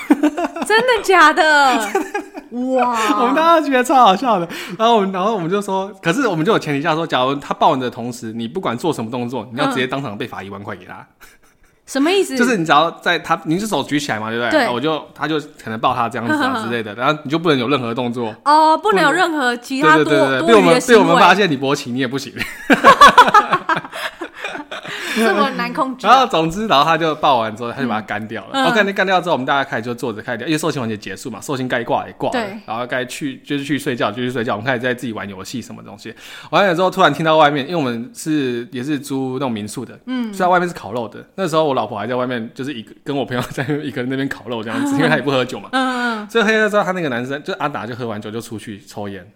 Speaker 2: 真的假 的？
Speaker 1: 我们
Speaker 2: 哇，
Speaker 1: 当时觉得超好笑的，然后我们然后我们就说，可是我们就有前提下说，假如她抱你的同时，你不管做什么动作，你要直接当场被罚一万块给她。
Speaker 2: 什么意思？
Speaker 1: 就是你只要在他，你是手举起来嘛，对不对？
Speaker 2: 对
Speaker 1: 然后我就他就可能抱他这样子啊之类的，然后你就不能有任何动作。
Speaker 2: 哦，不能有任何其
Speaker 1: 对
Speaker 2: 他
Speaker 1: 对
Speaker 2: 多
Speaker 1: 对对，
Speaker 2: 多
Speaker 1: 被我
Speaker 2: 余的
Speaker 1: 们被我
Speaker 2: 行
Speaker 1: 们发
Speaker 2: 为。
Speaker 1: 现你勃起，你也不行。
Speaker 2: 这么难控制啊
Speaker 1: 然。后总之，然后他就报完之后，他就把它干掉了。
Speaker 2: 嗯
Speaker 1: 然后干干掉之后，我们大家开始就坐着开始哎聊，因为寿星环节结束嘛，寿星该挂也哎挂了
Speaker 2: 对，
Speaker 1: 然后该去就是去睡觉就去睡觉，我们开始在自己玩游戏什么东西。玩了之后，突然听到外面，因为我们是也是租那种民宿的，嗯，虽然外面是烤肉的，那时候我老婆还在外面，就是一个跟我朋友在一个人那边烤肉这 样子，因为她也不喝酒嘛，
Speaker 2: 嗯嗯
Speaker 1: 所以黑了之后，他那个男生就阿达就喝完酒就出去抽烟，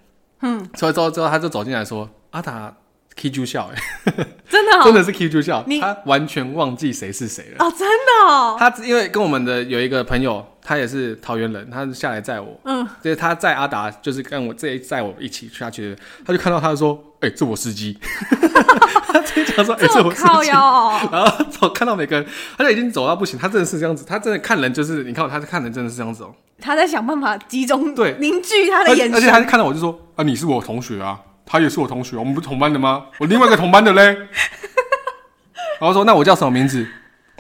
Speaker 2: 嗯，
Speaker 1: 抽完之后之后他就走进来说：“阿达 K 住笑、欸，
Speaker 2: 真的哦，
Speaker 1: 真的是 K 住笑，
Speaker 2: 你
Speaker 1: 他完全忘记谁是谁了。
Speaker 2: 哦，真的哦，
Speaker 1: 他因为跟我们的有一个朋友，他也是桃园人，他下来载我，
Speaker 2: 嗯，
Speaker 1: 就是他载阿达，就是跟我这一载我一起下去，他就看到他说：“哎、这我司 机。”他 直接讲说：“哎、
Speaker 2: 这
Speaker 1: 这
Speaker 2: 么
Speaker 1: 我司
Speaker 2: 靠
Speaker 1: 机。”
Speaker 2: 腰哦，
Speaker 1: 然后走看到每个人，他就已经走到不行，他真的是这样子，他真的看人就是，你看我，他看人真的是这样子哦、
Speaker 2: 他在想办法集中
Speaker 1: 对
Speaker 2: 凝聚他的
Speaker 1: 而且
Speaker 2: 眼
Speaker 1: 而且他
Speaker 2: 神，
Speaker 1: 看到我就说：“啊，你是我同学啊，他也是我同学，我们不是同班的吗？我另外一个同班的 嘞。”然后说：“那我叫什么名字？”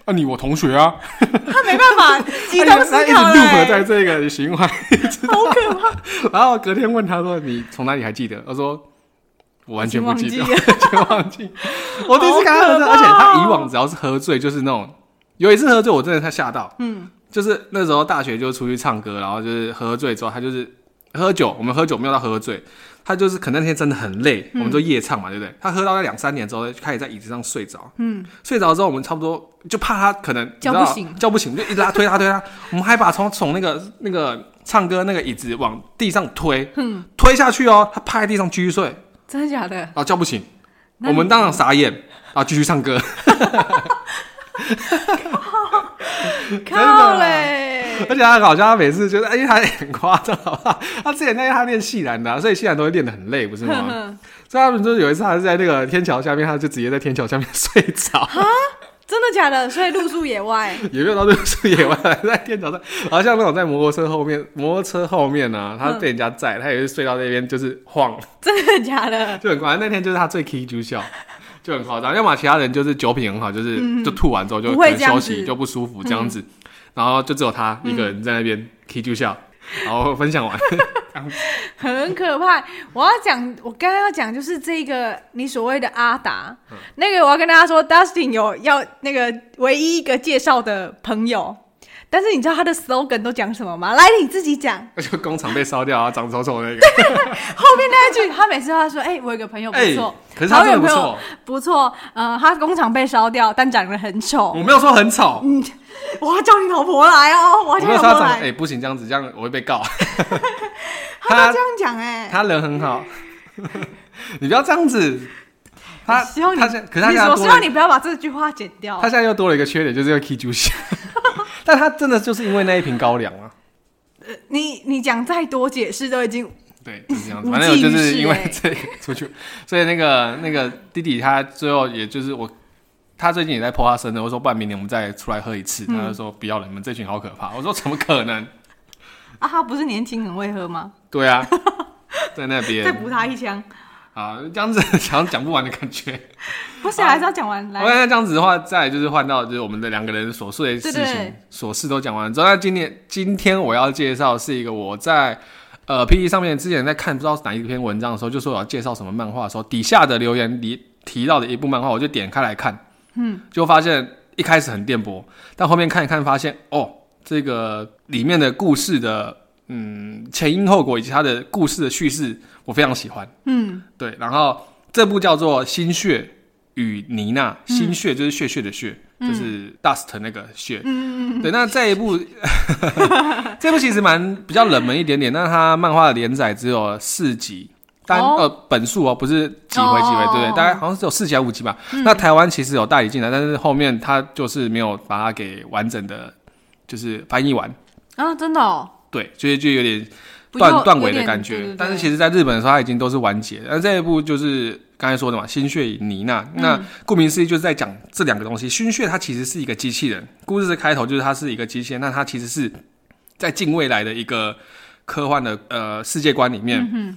Speaker 1: 啊，你我同学啊，
Speaker 2: 他没 办法集
Speaker 1: 他就他
Speaker 2: 中思
Speaker 1: 一直
Speaker 2: 考
Speaker 1: loop 在
Speaker 2: 嘞，
Speaker 1: 这个循环。
Speaker 2: 哎 好可怕，
Speaker 1: 然后隔天问他说：“你从哪里还记得？”他说：“我完全不记得，
Speaker 2: 已
Speaker 1: 完
Speaker 2: 经
Speaker 1: 全忘记。”我第一次看他喝醉，
Speaker 2: 好可怕哦
Speaker 1: 而且他以往只要是喝醉，就是那种有一次喝醉，我真的他吓到，
Speaker 2: 嗯，
Speaker 1: 就是那时候大学就出去唱歌，然后就是喝醉之后，他就是喝酒，我们喝酒没有到喝醉，他就是可能那天真的很累，
Speaker 2: 嗯
Speaker 1: 我们就夜唱嘛，对不对？他喝到那两三点之后，就开始在椅子上睡着，
Speaker 2: 嗯，
Speaker 1: 睡着之后，我们差不多就怕他可能你知道
Speaker 2: 叫不醒
Speaker 1: 叫不醒，我们就一拉推拉 推他，我们还把从从那个那个唱歌那个椅子往地上推，
Speaker 2: 哼，
Speaker 1: 推下去哦，他趴在地上继续睡，
Speaker 2: 真的假的？
Speaker 1: 然后叫不醒，
Speaker 2: 那
Speaker 1: 我
Speaker 2: 你
Speaker 1: 们当场傻眼，啊，继续唱 歌，的啊
Speaker 2: 靠嘞，
Speaker 1: 而且他好像他每次就是，哎，因为他也很夸张，好不好？他之前那他练细兰的啊、所以细兰都会练得很累，不是
Speaker 2: 哼
Speaker 1: 吗？
Speaker 2: 哼，
Speaker 1: 所以他们就是有一次，他是在那个天桥下面，他就直接在天桥下面睡着，
Speaker 2: 真的假的？所以露宿 野外，
Speaker 1: 也没有到露宿野外，在天桥上，好像那种在摩托车后
Speaker 2: 嗯
Speaker 1: 面，摩托车后面呢、啊，他被人家载，他也是睡到那边就是 晃，
Speaker 2: 真的假的？
Speaker 1: 就很夸张。那天就是他最 key 住笑，就很夸张。要么其他人就是酒品很好，就是、就吐完之后就
Speaker 2: 嗯不会
Speaker 1: 可能
Speaker 2: 这样
Speaker 1: 休
Speaker 2: 子嗯
Speaker 1: 息就不舒服这样子，然后就只有他一个人在那边 key 住笑，然后分 享完。
Speaker 2: 很可怕。我要讲，我刚刚要讲就是这个你所谓的阿达，
Speaker 1: 嗯
Speaker 2: 那个我要跟大家说，Dustin 有要那个唯一一个介绍的朋友，但是你知道他的 slogan 都讲什么吗？来，你自己讲。
Speaker 1: 那就工厂被烧掉啊，长丑丑那个。
Speaker 2: 后面那一句，他每次都要说，哎、我有个朋友不错，
Speaker 1: 哎可是他真的不
Speaker 2: 好有
Speaker 1: 错，
Speaker 2: 不错，呃，他工厂被烧掉，但长得很丑。
Speaker 1: 我没有说很丑，
Speaker 2: 我要叫你老婆来哦，我
Speaker 1: 我
Speaker 2: 要
Speaker 1: 没
Speaker 2: 叫你
Speaker 1: 有
Speaker 2: 老
Speaker 1: 说他
Speaker 2: 婆
Speaker 1: 长得，
Speaker 2: 来。
Speaker 1: 哎、不行，这样子这样我会被 告。
Speaker 2: 他
Speaker 1: 他
Speaker 2: 都这样讲哎、
Speaker 1: 他人很好， 你不要这样子。他
Speaker 2: 哎希望你，
Speaker 1: 他现可是他
Speaker 2: 你
Speaker 1: 现在
Speaker 2: 我
Speaker 1: 多
Speaker 2: 希
Speaker 1: 了
Speaker 2: 望
Speaker 1: 一个，
Speaker 2: 你不要把这句话剪掉
Speaker 1: 他。现在又多了一个缺点，就是要 key 猪血。 但他真的就是因为那一瓶高粱啊，
Speaker 2: 你你讲再多解释都已经
Speaker 1: 对，就是这样子。
Speaker 2: 无
Speaker 1: 反正我就
Speaker 2: 济于
Speaker 1: 是
Speaker 2: 事
Speaker 1: 因为
Speaker 2: 欸
Speaker 1: 这个出去，所以那个那个弟弟他最后也就是我，他最近也在泼他生日，我说不然明年我们再出来喝一次，他
Speaker 2: 嗯
Speaker 1: 就说不要了，你们这群好可怕。我说怎么可能？
Speaker 2: 啊，他不是年轻很会喝吗？
Speaker 1: 对啊，在那
Speaker 2: 再
Speaker 1: 边
Speaker 2: 补他一枪，
Speaker 1: 啊，这样子 好像讲不完的感觉。
Speaker 2: 不是还是要讲完
Speaker 1: 我
Speaker 2: 来
Speaker 1: 看。那这样子的话，再来就是换到就是我们的两个人琐碎的事情、
Speaker 2: 对对
Speaker 1: 琐事都讲完了之后，那今天今天我要介绍是一个我在呃 P E 上面之前在看不知道哪一篇文章的时候，就说我要介绍什么漫画的时候，底下的留言里提到的一部漫画，我就点开来看，嗯，就发现一开始很电波，但后面看一看发现哦，这个里面的故事的嗯前因后果以及它的故事的叙事，我非常喜欢。
Speaker 2: 嗯，
Speaker 1: 对，然后这部叫做《心血与妮娜》，
Speaker 2: 嗯
Speaker 1: 心血就是血血的血，就是 dust 那个血。嗯对，那这一 部，这部其实蛮比较冷门一点点，那它漫画的连载只有四集。单、
Speaker 2: 哦
Speaker 1: 呃本数哦，不是几回几回，对不
Speaker 2: 哦嗯
Speaker 1: 对？大概好像是有四集还是五集吧。那台湾其实有代理进来，但是后面它就是没有把它给完整的，就是翻译完。
Speaker 2: 啊，真的哦，
Speaker 1: 对，所以就有点
Speaker 2: 不就
Speaker 1: 断断尾
Speaker 2: 有
Speaker 1: 的
Speaker 2: 点
Speaker 1: 感觉。
Speaker 2: 对对对
Speaker 1: 但是其实，在日本的时候，它已经都是完结。那这一部就是刚才说的嘛，《心血与妮娜》。
Speaker 2: 嗯
Speaker 1: 那顾名思义，就是在讲这两个东西。心血它其实是一个机器人，故事的开头就是它是一个机器人，那它其实是在近未来的一个科幻的呃世界观里
Speaker 2: 嗯
Speaker 1: 面。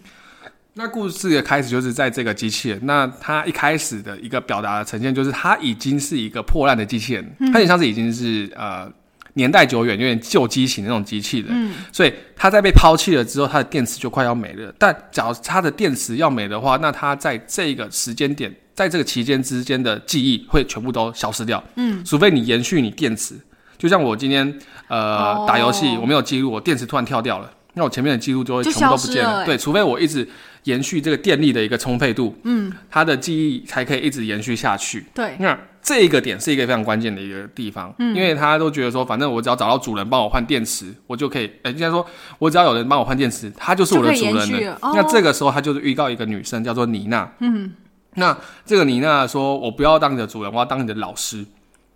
Speaker 1: 那故事的开始就是在这个机器人，那它一开始的一个表达的呈现就是它已经是一个破烂的机器人，
Speaker 2: 嗯
Speaker 1: 它很像是已经是呃年代久远、有点旧机型的那种机器人，
Speaker 2: 嗯
Speaker 1: 所以它在被抛弃了之后，它的电池就快要没了。但假如它的电池要没的话，那它在这个时间点在这个期间之间的记忆会全部都消失掉。嗯，除非你延续你电池，就像我今天呃、
Speaker 2: 哦
Speaker 1: 打游戏，我没有记录，我电池突然跳掉了，那我前面的记录就会
Speaker 2: 就
Speaker 1: 全部都不
Speaker 2: 消失
Speaker 1: 见
Speaker 2: 了欸
Speaker 1: 对，除非我一直延续这个电力的一个充沛度，嗯，它的记忆才可以一直延续下去。
Speaker 2: 对，
Speaker 1: 那这一个点是一个非常关键的一个地方，因为他都觉得说，反正我只要找到主人帮我换电池，我就可以，呃，应该说，我只要有人帮我换电池，他就是我的主人
Speaker 2: 就可以延续了哦
Speaker 1: 那这个时候，他就是遇到一个女生叫做妮娜，嗯，那这个妮娜说，我不要当你的主人，我要当你的老师，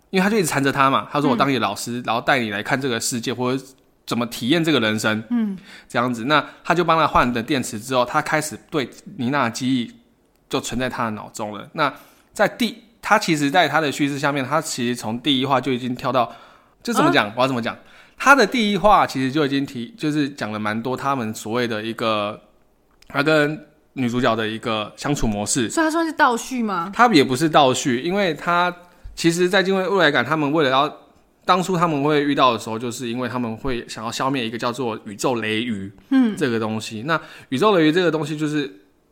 Speaker 1: 因为他就一直缠着他嘛，他说我当你的老师，然后带你来看这个世界，或者。怎么体验这个人生？嗯，这样子，那他就帮他换了电池之后，他开始对妮娜的记忆就存在他的脑中了。那在第，他其实在他的叙事下面，他其实从第一话就已经跳到，就怎么讲？我要怎么讲？他的第一话其实就已经提，就是讲了蛮多他们所谓的一个他跟女主角的一个相处模式。
Speaker 2: 所以它算是倒叙吗？
Speaker 1: 他也不是倒叙，因为他其实，在因为未来感，他们为了要当初他们会遇到的时候，就是因为他们会想要消灭一个叫做宇宙雷雨，嗯，这个东西。那宇宙雷雨这个东西，就是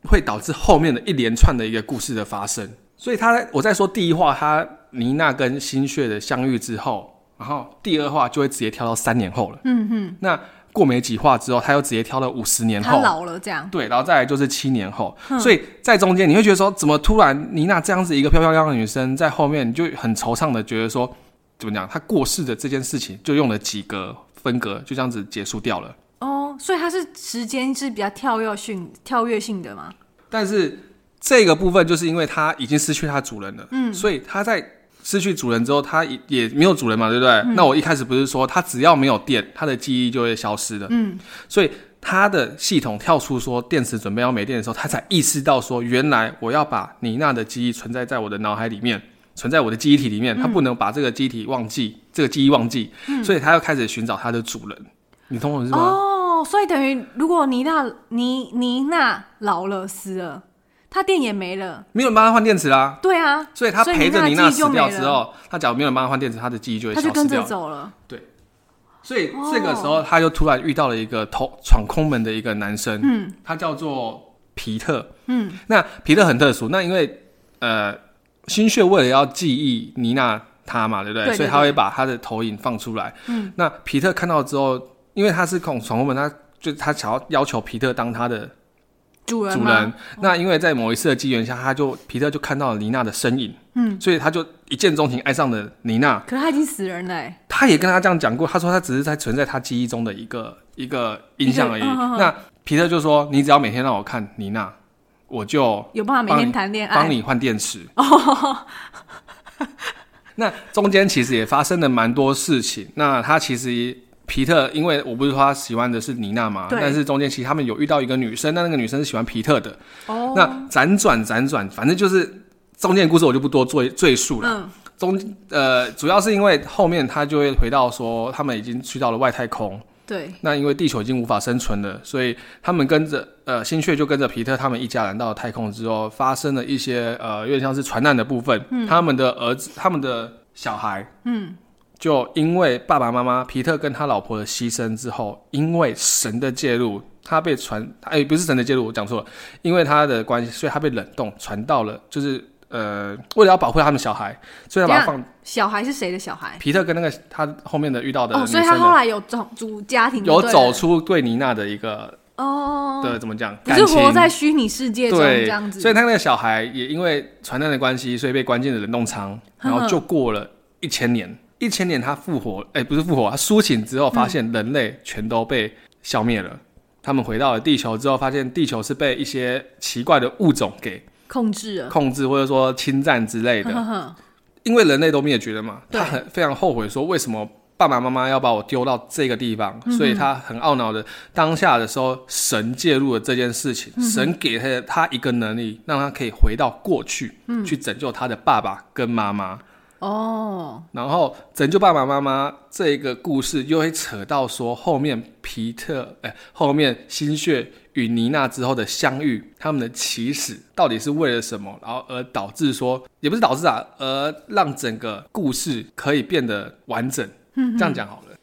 Speaker 1: 会导致后面的一连串的一个故事的发生。所以他在我在说第一话，他妮娜跟新血的相遇之后，然后第二话就会直接跳到三年后了。嗯哼，那过没几话之后，他又直接跳到五十年
Speaker 2: 他
Speaker 1: 后。
Speaker 2: 老了这样，
Speaker 1: 对，然后再来就是七年后，所以在中间你会觉得说，怎么突然妮娜这样子一个漂漂亮亮的女生，在后面你就很惆怅的觉得说，怎么讲，她过世的这件事情就用了几个分隔，就这样子结束掉了。
Speaker 2: 哦，所以它是时间是比较跳跃性、跳跃性的嘛？
Speaker 1: 但是这个部分就是因为它已经失去它主人了，嗯，所以它在失去主人之后，它也也没有主人嘛，对不对？那我一开始不是说它只要没有电，它的记忆就会消失的，嗯，所以它的系统跳出说电池准备要没电的时候，它才意识到说原来我要把妮娜的记忆存在在我的脑海里面。存在我的记忆体里面，它不能把这个记忆体忘记，这个记忆忘记，所以它要开始寻找它的主人。你懂我意思吗？
Speaker 2: 哦，所以等于如果妮娜妮妮娜老了死了，她店也没了，
Speaker 1: 没有人帮他换电池啦、
Speaker 2: 对啊，
Speaker 1: 所以他陪着妮
Speaker 2: 妮
Speaker 1: 娜
Speaker 2: 娜记忆
Speaker 1: 死
Speaker 2: 就没
Speaker 1: 掉
Speaker 2: 了
Speaker 1: 之，后，他假如没有人帮他换电池，他的记忆就会
Speaker 2: 她就
Speaker 1: 消失
Speaker 2: 跟着
Speaker 1: 掉。
Speaker 2: 走了。
Speaker 1: 对，所以这个时候他就突然遇到了一个偷闯空门的一个男生，嗯，他叫做皮特，嗯，那皮特很特殊，那因为呃，心血为了要记忆妮娜他嘛，对不对？
Speaker 2: 对对
Speaker 1: 所以他会把他的投影放出来。嗯，那皮特看到之后，因为他是恐闯空门，他就他想要要求皮特当他的
Speaker 2: 主人
Speaker 1: 主
Speaker 2: 吗哦
Speaker 1: 人。那因为在某一次的机缘下，他就皮特就看到了妮娜的身影，嗯，所以他就一见钟情，爱上了妮娜。
Speaker 2: 可是他已经死人了、欸，
Speaker 1: 他也跟他这样讲过，他说他只是在存在他记忆中的一个一个印象而已。
Speaker 2: 一个嗯嗯嗯
Speaker 1: 那皮特就说：“你只要每天让我看妮娜，我就
Speaker 2: 有办法每
Speaker 1: 帮
Speaker 2: 天
Speaker 1: 你
Speaker 2: 谈恋爱，
Speaker 1: 帮你换电池。” 哦。那中间其实也发生了蛮多事情。那他其实皮特，因为我不是说他喜欢的是妮娜嘛，
Speaker 2: 对
Speaker 1: 但是中间其实他们有遇到一个女生，那那个女生是喜欢皮特的。
Speaker 2: 哦，
Speaker 1: 那辗转辗转，反正就是中间的故事我就不多赘赘述了。
Speaker 2: 嗯，
Speaker 1: 中呃，主要是因为后面他就会回到说，他们已经去到了外太空，
Speaker 2: 对，
Speaker 1: 那因为地球已经无法生存了，所以他们跟着呃星雀就跟着皮特他们一家人到了太空之后，发生了一些呃有点像是船难的部分，
Speaker 2: 嗯
Speaker 1: 他们的儿子他们的小孩，嗯，就因为爸爸妈妈皮特跟他老婆的牺牲之后，因为神的介入，他被传哎、不是神的介入，我讲错了，因为他的关系，所以他被冷冻传到了就是。呃，为了要保护他们小孩，所以他把他
Speaker 2: 等一
Speaker 1: 放
Speaker 2: 小孩是谁的小孩？
Speaker 1: 皮特跟那个他后面的遇到的
Speaker 2: 哦，
Speaker 1: 女
Speaker 2: 所
Speaker 1: 生
Speaker 2: 以
Speaker 1: 的，
Speaker 2: 他后来有走组家庭就
Speaker 1: 有
Speaker 2: 对了，
Speaker 1: 走出对妮娜的一个
Speaker 2: 哦，
Speaker 1: 的怎么讲？
Speaker 2: 不
Speaker 1: 感
Speaker 2: 是
Speaker 1: 情
Speaker 2: 活在虚拟世界中这
Speaker 1: 对
Speaker 2: 样子，
Speaker 1: 所以他那个小孩也因为传难的关系，所以被关进了冷冻舱，
Speaker 2: 嗯
Speaker 1: 然后就过了一千年。一千年他复活，哎、不是复活，他苏醒之后发现人类全都被消灭了。他们回到了地球之后，发现地球是被一些奇怪的物种给
Speaker 2: 控制了，
Speaker 1: 控制，或者说侵占之类的。
Speaker 2: 嗯哼哼，
Speaker 1: 因为人类都灭绝了嘛，
Speaker 2: 对
Speaker 1: 他很非常后悔说为什么爸爸妈妈要把我丢到这个地方，所以他很懊恼的当下的时候，神介入了这件事情，神给了他一个能力，让他可以回到过去，去拯救他的爸爸跟妈妈。
Speaker 2: 哦，
Speaker 1: 然后拯救爸爸妈妈这个故事，又会扯到说后面皮特，哎、后面心血与妮娜之后的相遇，他们的起始到底是为了什么？然后而导致说，也不是导致啊，而让整个故事可以变得完整。
Speaker 2: 嗯
Speaker 1: 这样讲好了，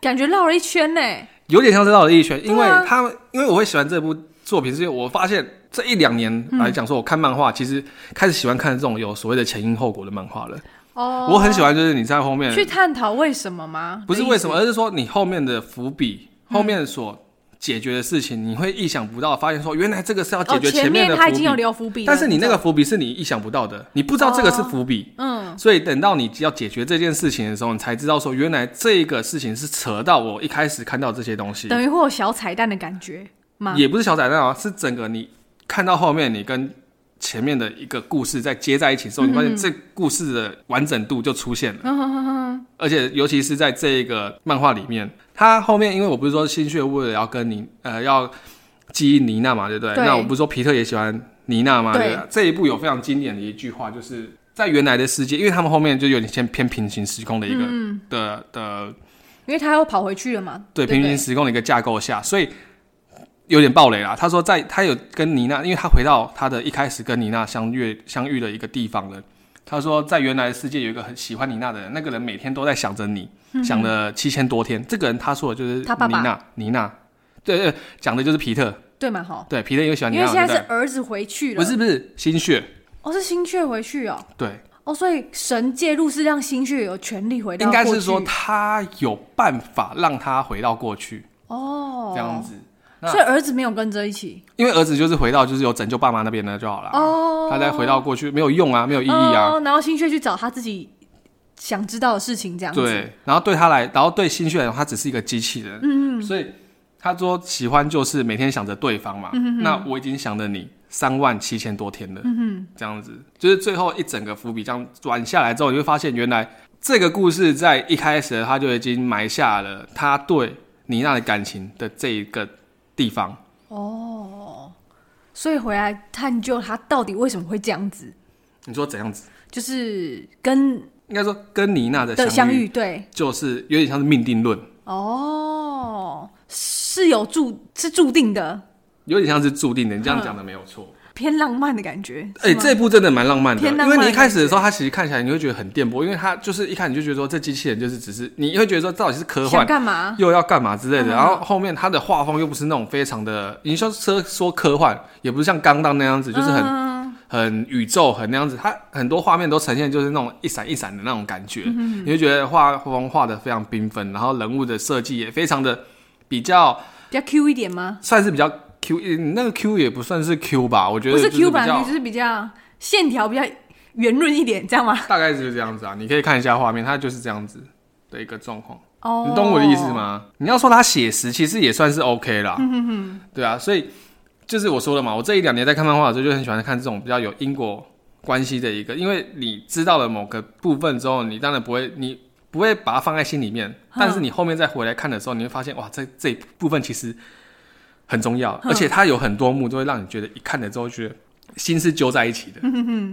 Speaker 2: 感觉绕了一圈呢、
Speaker 1: 有点像是绕了一圈，因为
Speaker 2: 对啊
Speaker 1: 他们，因为我会喜欢这部作品是因为我发现这一两年来讲，说我看漫画，其实开始喜欢看这种有所谓的前因后果的漫画了。
Speaker 2: 哦，
Speaker 1: 我很喜欢，就是你在后面
Speaker 2: 去探讨为什么吗？
Speaker 1: 不是为什么，
Speaker 2: 的意嗯
Speaker 1: 而是说你后面的伏笔，后面所解决的事情，你会意想不到，发现说原来这个是要
Speaker 2: 思
Speaker 1: 解决
Speaker 2: 哦，前
Speaker 1: 面的
Speaker 2: 他
Speaker 1: 伏
Speaker 2: 已经有
Speaker 1: 笔，
Speaker 2: 留伏笔了，
Speaker 1: 但是你那个伏笔是你意想不到的，你不知道这个是伏笔，
Speaker 2: 嗯，
Speaker 1: 所以等到你要解决这件事情的时候，你才知道说原来这个事情是扯到我一开始看到这些东西，
Speaker 2: 等于会有小彩蛋的感觉吗？
Speaker 1: 也不是小彩蛋啊，是整个你看到后面，你跟前面的一个故事再接在一起之后，你发
Speaker 2: 嗯
Speaker 1: 现这故事的完整度就出现了。 而且尤其是在这个漫画里面，它后面因为我不是说新血为了要跟你呃要记忆妮娜嘛，对不对？
Speaker 2: 对
Speaker 1: 那我不是说皮特也喜欢妮娜嘛？
Speaker 2: 对
Speaker 1: 对不对这一部有非常经典的一句话，就是在原来的世界，因为他们后面就有点像偏平行时空的一个、
Speaker 2: 嗯
Speaker 1: 的的
Speaker 2: 因为他又跑回去了嘛，
Speaker 1: 对
Speaker 2: 对
Speaker 1: 平行时空的一个架构下，所以有点暴雷啦。他说在，他有跟妮娜，因为他回到他的一开始跟妮娜相遇相遇的一个地方了。他说，在原来的世界有一个很喜欢妮娜的人，那个人每天都在想着你，想了七千多天。这个人他说的就是
Speaker 2: 嗯他爸爸
Speaker 1: 妮娜，妮娜，对对，讲的就是皮特，
Speaker 2: 对嘛哈，
Speaker 1: 对，皮特因为喜欢妮
Speaker 2: 因
Speaker 1: 娜
Speaker 2: 为
Speaker 1: 嘛，
Speaker 2: 现在
Speaker 1: 对
Speaker 2: 是儿子回去
Speaker 1: 不对
Speaker 2: 了，
Speaker 1: 不是不是心血，
Speaker 2: 哦是星雀回去哦，
Speaker 1: 对，
Speaker 2: 哦所以神介入是让星雀有权利回到
Speaker 1: 应
Speaker 2: 过去，
Speaker 1: 该是说他有办法让他回到过去
Speaker 2: 哦
Speaker 1: 这样，子，那
Speaker 2: 所以儿子没有跟着一起
Speaker 1: 因为儿子就是回到就是有拯救爸妈那边的就好了。
Speaker 2: 哦，
Speaker 1: 他再回到过去没有用啊，啊没有意义啊。
Speaker 2: 哦，然后星雀去找他自己想知道的事情这样子，
Speaker 1: 对，然后对他来，然后对新血来讲，他只是一个机器人。嗯，所以他说喜欢就是每天想着对方嘛。那我已经想着你三万七千多天了。嗯这样子就是最后一整个伏笔这样转下来之后，你会发现原来这个故事在一开始他就已经埋下了他对妮娜的感情的这一个地方。
Speaker 2: 所以回来探究他到底为什么会这样子，
Speaker 1: 你说怎样子？
Speaker 2: 就是跟
Speaker 1: 应该说跟妮娜的
Speaker 2: 的
Speaker 1: 相
Speaker 2: 相
Speaker 1: 遇
Speaker 2: 遇，对，
Speaker 1: 就是有点像是命定论。
Speaker 2: 哦，是有注是注定的，
Speaker 1: 有点像是注定的，你这样讲的没有错。
Speaker 2: 偏浪漫的感觉，
Speaker 1: 哎、
Speaker 2: 是吗
Speaker 1: 这部真的蛮浪漫的，
Speaker 2: 偏浪
Speaker 1: 因
Speaker 2: 漫
Speaker 1: 为你一开始的时候，它其实看起来你会觉得很电波，因为它就是一开始你就觉得说这机器人就是只是，你会觉得说到底是科
Speaker 2: 想
Speaker 1: 幻
Speaker 2: 干嘛？
Speaker 1: 又要干嘛之类的，
Speaker 2: 嗯
Speaker 1: 然后后面它的画风又不是那种非常的，你说说说科幻，也不是像钢弹那样子，就是很、
Speaker 2: 嗯
Speaker 1: 很宇宙很那样子，它很多画面都呈现就是那种一闪一闪的那种感觉，
Speaker 2: 嗯
Speaker 1: 你会觉得画风画的非常缤纷，然后人物的设计也非常的比较
Speaker 2: 比较 Q 一点吗？
Speaker 1: 算是比较 Q，呃那个 Q 也不算是 Q 吧，我觉
Speaker 2: 不
Speaker 1: 得
Speaker 2: 是
Speaker 1: 就是
Speaker 2: Q
Speaker 1: 比
Speaker 2: 版
Speaker 1: 较
Speaker 2: 的，就是比较线条比较圆润一点，这样吗？
Speaker 1: 大概就是这样子啊。你可以看一下画面，它就是这样子的一个状况。
Speaker 2: 哦，
Speaker 1: 你懂我的意思？吗？你要说它写实，其实也算是 OK 啦。对啊，所以就是我说了嘛，我这一两年在看漫画的时候，就很喜欢看这种比较有因果关系的一个，因为你知道了某个部分之后，你当然不会你。不会把它放在心里面，但是你后面再回来看的时候，你会发现哇，这这一部分其实很重要，而且它有很多幕都会让你觉得一看了之后觉得心是揪在一起的。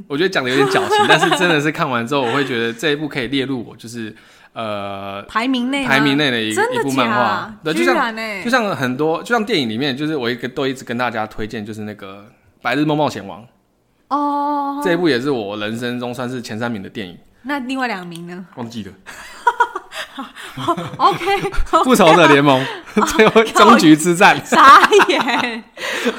Speaker 1: 我觉得讲的有点矫情，但是真的是看完之后，我会觉得这一部可以列入我就是呃
Speaker 2: 哦排名内吗，
Speaker 1: 排名内的一
Speaker 2: 真
Speaker 1: 一
Speaker 2: 的
Speaker 1: 部
Speaker 2: 假
Speaker 1: 漫画，对，就
Speaker 2: 居
Speaker 1: 像
Speaker 2: 然欸呢
Speaker 1: 就，像很多就像电影里面，就是我一个都一直跟大家推荐，就是那个《白日梦冒险王》
Speaker 2: 哦，
Speaker 1: 这一部，也是我人生中算是前三名的电影，
Speaker 2: 那另外两 名呢
Speaker 1: 忘 记了
Speaker 2: ？OK，
Speaker 1: 《复仇者联盟》
Speaker 2: 哦
Speaker 1: 最后终局之战，
Speaker 2: 傻眼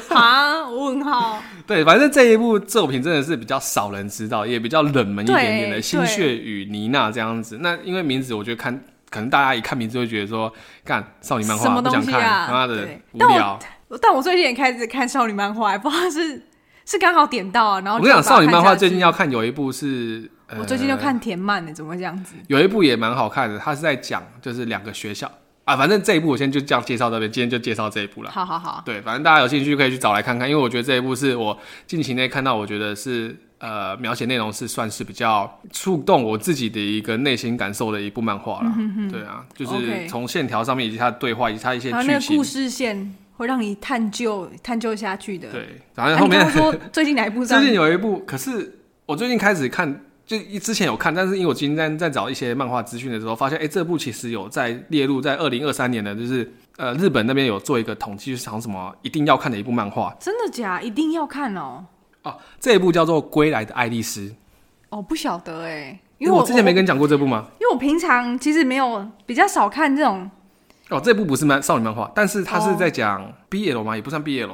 Speaker 2: 啊！问号，
Speaker 1: 对，反正这一部作品真的是比较少人知道，也比较冷门一点点的《
Speaker 2: 对
Speaker 1: 心血与妮娜》这样子。那因为名字，我觉得看可能大家一看名字就会觉得说，干少女漫
Speaker 2: 什
Speaker 1: 画
Speaker 2: 么
Speaker 1: 不
Speaker 2: 东
Speaker 1: 想
Speaker 2: 西
Speaker 1: 看，
Speaker 2: 啊
Speaker 1: 他妈的
Speaker 2: 对
Speaker 1: 无
Speaker 2: 但我哦
Speaker 1: 聊。
Speaker 2: 但我最近也开始看少女漫画，不知道是是刚好点到、啊，然后
Speaker 1: 我跟你讲，
Speaker 2: 就把它
Speaker 1: 少女漫画
Speaker 2: 看下去
Speaker 1: 最近要看有一部是，呃
Speaker 2: 我最近就看田漫的，怎么会这样子？
Speaker 1: 有一部也蛮好看的，它是在讲就是两个学校啊，反正这一部我先就这样介绍这边，今天就介绍这一部了。
Speaker 2: 好好好，
Speaker 1: 对，啊反正大家有兴趣可以去找来看看，因为我觉得这一部是我近期内看到，我觉得是呃描写内容是算是比较触动我自己的一个内心感受的一部漫画
Speaker 2: 嗯
Speaker 1: 了。对啊，就是
Speaker 2: OK
Speaker 1: 从线条上面以及它的对话以及它一些
Speaker 2: 然后那
Speaker 1: 剧
Speaker 2: 个
Speaker 1: 情，
Speaker 2: 故事线会让你探究探究下去的。
Speaker 1: 对，然后
Speaker 2: 啊，你
Speaker 1: 后
Speaker 2: 刚
Speaker 1: 面、
Speaker 2: 刚说最近哪 一部上
Speaker 1: 最？近有一部，可是我最近开始看，就一之前有看，但是因为我今天在在找一些漫画资讯的时候，发现哎、诶这部其实有在列入在二零二三年的，就是呃日本那边有做一个统计，就是讲什么一定要看的一部漫画
Speaker 2: 真的假？一定要看哦！
Speaker 1: 哦、这一部叫做《归来的爱丽丝》。
Speaker 2: 哦，不晓得哎，
Speaker 1: 因
Speaker 2: 因为
Speaker 1: 为我之前没
Speaker 2: 我
Speaker 1: 跟你讲过这部吗？
Speaker 2: 因为我平常其实没有比较少看这种
Speaker 1: 哦，这部不是漫少女漫画，但是它是
Speaker 2: 哦
Speaker 1: 在讲 BL 嘛，也不算 BL，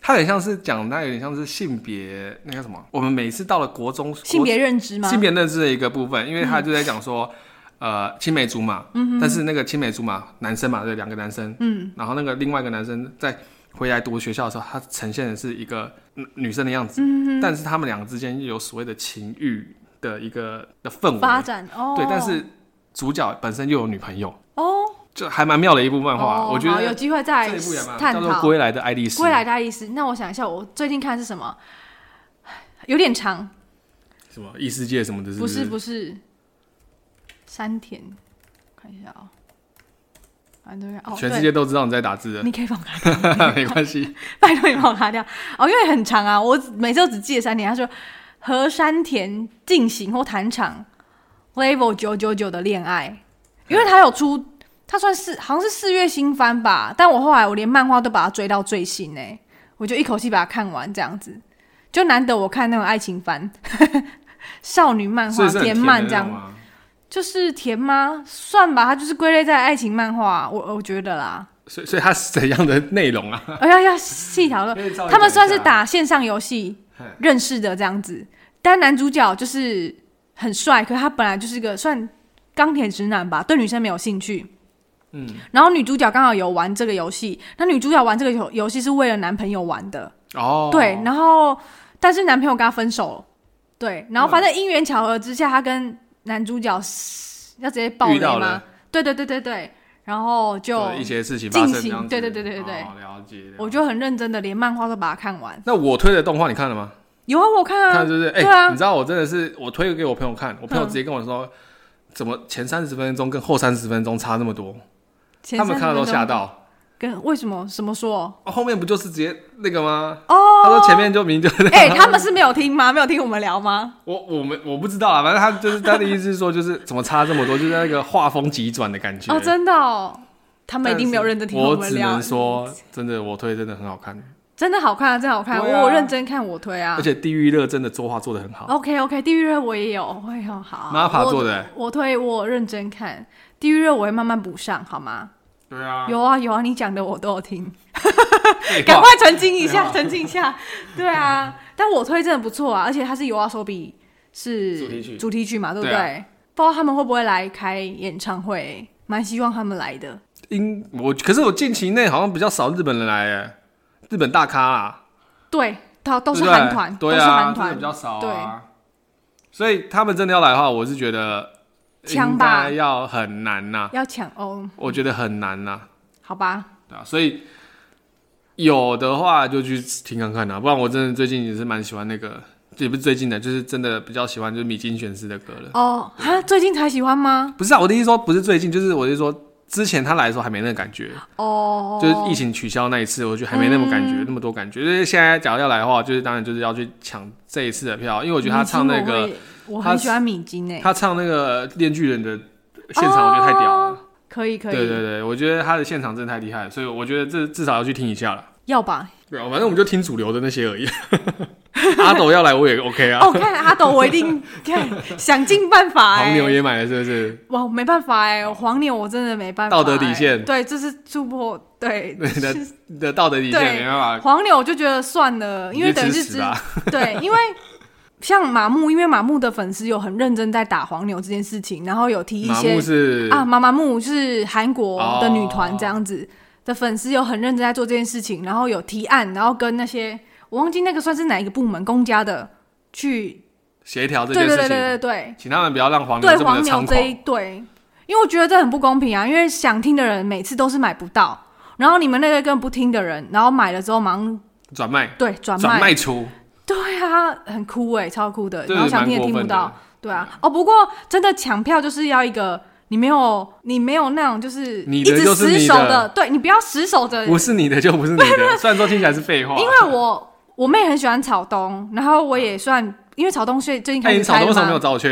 Speaker 1: 它很像是讲，它有点像是性别那个什么，我们每次到了国中
Speaker 2: 性别认知吗？
Speaker 1: 哦
Speaker 2: 嗯
Speaker 1: 性别认知的一个部分，因为他就在讲说，呃，青梅竹马，嗯、但是那个青梅竹马男生嘛，对，两个男生，嗯，然后那个另外一个男生在回来读学校的时候，他呈现的是一个嗯女生的样子，嗯、但是他们两个之间又有所谓的情欲的一个的氛围，
Speaker 2: 发展哦，
Speaker 1: 嗯对，但是主角本身又有女朋友，
Speaker 2: 哦，
Speaker 1: 就还蛮妙的一部漫画，
Speaker 2: 哦
Speaker 1: 我觉
Speaker 2: 好有
Speaker 1: 得
Speaker 2: 机会再
Speaker 1: 这一部也蛮
Speaker 2: 探
Speaker 1: 叫做《
Speaker 2: 讨
Speaker 1: 归来的爱丽丝》，
Speaker 2: 归来的爱丽丝。那我想一下，我最近看的是什么？有点长，
Speaker 1: 什么异世界什么的，
Speaker 2: 不是
Speaker 1: 是
Speaker 2: 不是，山田，看一下哦，反正哦，
Speaker 1: 全
Speaker 2: 对
Speaker 1: 世界都知道你在打字的，
Speaker 2: 你可以帮我看，
Speaker 1: 没关系，
Speaker 2: 拜托你帮我拉掉哦，因为很长啊，我每次都只记得山田。他说和山田进行或谈场 level 九九九的恋爱，因为他有出，他算是好像是四月新番吧，但我后来我连漫画都把它追到最新呢、欸我就一口气把它看完，这样子就难得我看那种爱情番。 少女漫
Speaker 1: 所
Speaker 2: 画
Speaker 1: 以是很
Speaker 2: 甜
Speaker 1: 甜
Speaker 2: 漫
Speaker 1: 的
Speaker 2: 这
Speaker 1: 那
Speaker 2: 样
Speaker 1: 种，吗？
Speaker 2: 就是甜吗？算吧，它就是归类在爱情漫画，我我觉得啦。
Speaker 1: 所以所以它是怎样的内容 啊？
Speaker 2: 哎呀，要细条论。他们算是打线上游戏
Speaker 1: 嘿
Speaker 2: 认识的这样子，但男主角就是很帅，可他本来就是个算钢铁直男吧，对女生没有兴趣。
Speaker 1: 嗯，
Speaker 2: 然后女主角刚好有玩这个游戏，那女主角玩这个游游戏是为了男朋友玩的，
Speaker 1: 哦，
Speaker 2: 对。然后，但是男朋友跟她分手了，对。然后反正因缘巧合之下，她跟男主角是要直接爆
Speaker 1: 遇
Speaker 2: 雷
Speaker 1: 到
Speaker 2: 吗
Speaker 1: 了？
Speaker 2: 对对对对对。然后就
Speaker 1: 一些事情发生
Speaker 2: 进
Speaker 1: 这
Speaker 2: 行
Speaker 1: 样子，
Speaker 2: 对对对对对对
Speaker 1: 哦了解。了解
Speaker 2: 我就很认真的连漫画都把它看完。
Speaker 1: 那我推的动画你看了吗？
Speaker 2: 有啊，我有看啊，
Speaker 1: 看了就是，哎、
Speaker 2: 对啊
Speaker 1: 你知道我真的是我推给我朋友看，我朋友
Speaker 2: 嗯
Speaker 1: 直接跟我说，怎么前三十分钟跟后三十分钟差那么多？
Speaker 2: 前
Speaker 1: 他们
Speaker 2: 30
Speaker 1: 看了都
Speaker 2: 分钟
Speaker 1: 吓到。
Speaker 2: 跟为什么怎 么说？
Speaker 1: 哦后面不就是直接那个吗？
Speaker 2: 哦，
Speaker 1: 他说前面就明就，
Speaker 2: 哎、他们是没有听吗？没有听我们聊吗？
Speaker 1: 我我们我不知道啊，反正他就是他的意思是说，就是怎么差这么多，就是那个画风急转的感觉。
Speaker 2: 哦，真的哦，他们一定没有认真听
Speaker 1: 我
Speaker 2: 们
Speaker 1: 只
Speaker 2: 聊。
Speaker 1: 能说，真的我推真的很好看，
Speaker 2: 真的好看啊，真的好看、
Speaker 1: 对啊
Speaker 2: 我认真看我推啊哦
Speaker 1: 而。且地狱乐真的作画做的很好。
Speaker 2: OK OK，地狱热我也有，会有好。
Speaker 1: MAPPA
Speaker 2: 我
Speaker 1: 做的欸
Speaker 2: 我推我认真看。地狱热我会慢慢补上，好吗？
Speaker 1: 对啊，
Speaker 2: 有啊有啊，你讲的我都有听，
Speaker 1: 废
Speaker 2: 赶
Speaker 1: 话
Speaker 2: 快澄清一
Speaker 1: 对
Speaker 2: 下，
Speaker 1: 啊
Speaker 2: 澄清一下。对啊，但我推真的不错啊，而且它是尤阿手比是
Speaker 1: 主题曲
Speaker 2: 主题曲嘛，对不
Speaker 1: 对啊
Speaker 2: 不知道他们会不会来开演唱会欸，蛮希望他们来的。
Speaker 1: 因我可是我近期内好像比较少日本人来耶，日本大咖啊，
Speaker 2: 对，都都是
Speaker 1: 对不对
Speaker 2: 韩团，
Speaker 1: 对
Speaker 2: 都是
Speaker 1: 啊，
Speaker 2: 韩
Speaker 1: 真的
Speaker 2: 团
Speaker 1: 比，较少啊
Speaker 2: 对。
Speaker 1: 所以他们真的要来的话，我是觉得
Speaker 2: 枪
Speaker 1: 应
Speaker 2: 吧
Speaker 1: 该要很难呐、
Speaker 2: 要抢哦，
Speaker 1: 我觉得很难呐、
Speaker 2: 好吧，
Speaker 1: 对啊，所以有的话就去听看看啊，不然我真的最近也是蛮喜欢那个，也不是最近的，就是真的比较喜欢就是米津玄师的歌了。
Speaker 2: 哦，哈，最近才喜欢吗？
Speaker 1: 不是啊，我的意思说不是最近，就是我的意思说之前他来的时候还没那个感觉。
Speaker 2: 哦，嗯
Speaker 1: 就是疫情取消那一次，我觉得还没那么感觉，那么多感觉。就是现在假如要来的话，就是当然就是要去抢这一次的票，因为我觉得他唱那
Speaker 2: 米
Speaker 1: 个
Speaker 2: 津我会，我
Speaker 1: 他
Speaker 2: 很喜欢米津欸诶，
Speaker 1: 他唱那个《恋巨人》的现场，我觉得太屌了。
Speaker 2: 可哦以可
Speaker 1: 对
Speaker 2: 以，
Speaker 1: 对对，我觉得他的现场真的太厉害了，所以我觉得这至少要去听一下了。
Speaker 2: 要吧？
Speaker 1: 对啊，反正我们就听主流的那些而已。 阿斗要来我也 OK 啊，
Speaker 2: 哦，看阿斗，我一定看想尽办法
Speaker 1: 黄
Speaker 2: 哎
Speaker 1: 牛，也买了是不是？
Speaker 2: 哇，没办法哎，黄牛我真的没办法欸，
Speaker 1: 道德底线
Speaker 2: 对，这是突破， 对，
Speaker 1: 对
Speaker 2: 是
Speaker 1: 的你的道德底线
Speaker 2: 对
Speaker 1: 没办法，
Speaker 2: 黄牛我就觉得算了，因为
Speaker 1: 你就啊
Speaker 2: 等于
Speaker 1: 吃
Speaker 2: 是
Speaker 1: 屎
Speaker 2: 只
Speaker 1: 吧。
Speaker 2: 对，因为像马木，因为马木的粉丝有很认真在打黄牛这件事情，然后有提一
Speaker 1: 马
Speaker 2: 些
Speaker 1: 木是
Speaker 2: 啊，妈妈木是韩国的女团这样子、的粉丝有很认真在做这件事情，然后有提案，然后跟那些我忘记那个算是哪一个部门公家的去，
Speaker 1: 协调这
Speaker 2: 对
Speaker 1: 件
Speaker 2: 对
Speaker 1: 事情，
Speaker 2: 对对对对
Speaker 1: 请他们不要让黄牛
Speaker 2: 对
Speaker 1: 这么
Speaker 2: 黄
Speaker 1: 的
Speaker 2: 牛
Speaker 1: 猖
Speaker 2: 这一
Speaker 1: 狂。
Speaker 2: 对，因为我觉得这很不公平啊，因为想听的人每次都是买不到，然后你们那个更不听的人，然后买了之后马上
Speaker 1: 转卖，
Speaker 2: 对转卖
Speaker 1: 转卖出，
Speaker 2: 对啊，很酷哎、超酷的，
Speaker 1: 这
Speaker 2: 然后
Speaker 1: 是
Speaker 2: 想
Speaker 1: 蛮
Speaker 2: 听也
Speaker 1: 过
Speaker 2: 听不
Speaker 1: 分
Speaker 2: 到
Speaker 1: 的，。
Speaker 2: 对啊，哦，不过真的抢票就是要一个你没有你没有那种就是
Speaker 1: 你
Speaker 2: 一
Speaker 1: 的
Speaker 2: 直
Speaker 1: 就是
Speaker 2: 死
Speaker 1: 你
Speaker 2: 守
Speaker 1: 的
Speaker 2: 对你不要死守着，
Speaker 1: 不
Speaker 2: 因
Speaker 1: 是你的就不是你 的，虽然说听起来是废话。哎
Speaker 2: 为我我妹很喜欢草东，然后我也算因为草东最最近
Speaker 1: 哎，你
Speaker 2: 开始
Speaker 1: 草
Speaker 2: 开
Speaker 1: 东为
Speaker 2: 了
Speaker 1: 什么没有
Speaker 2: 嘛，
Speaker 1: 找我去？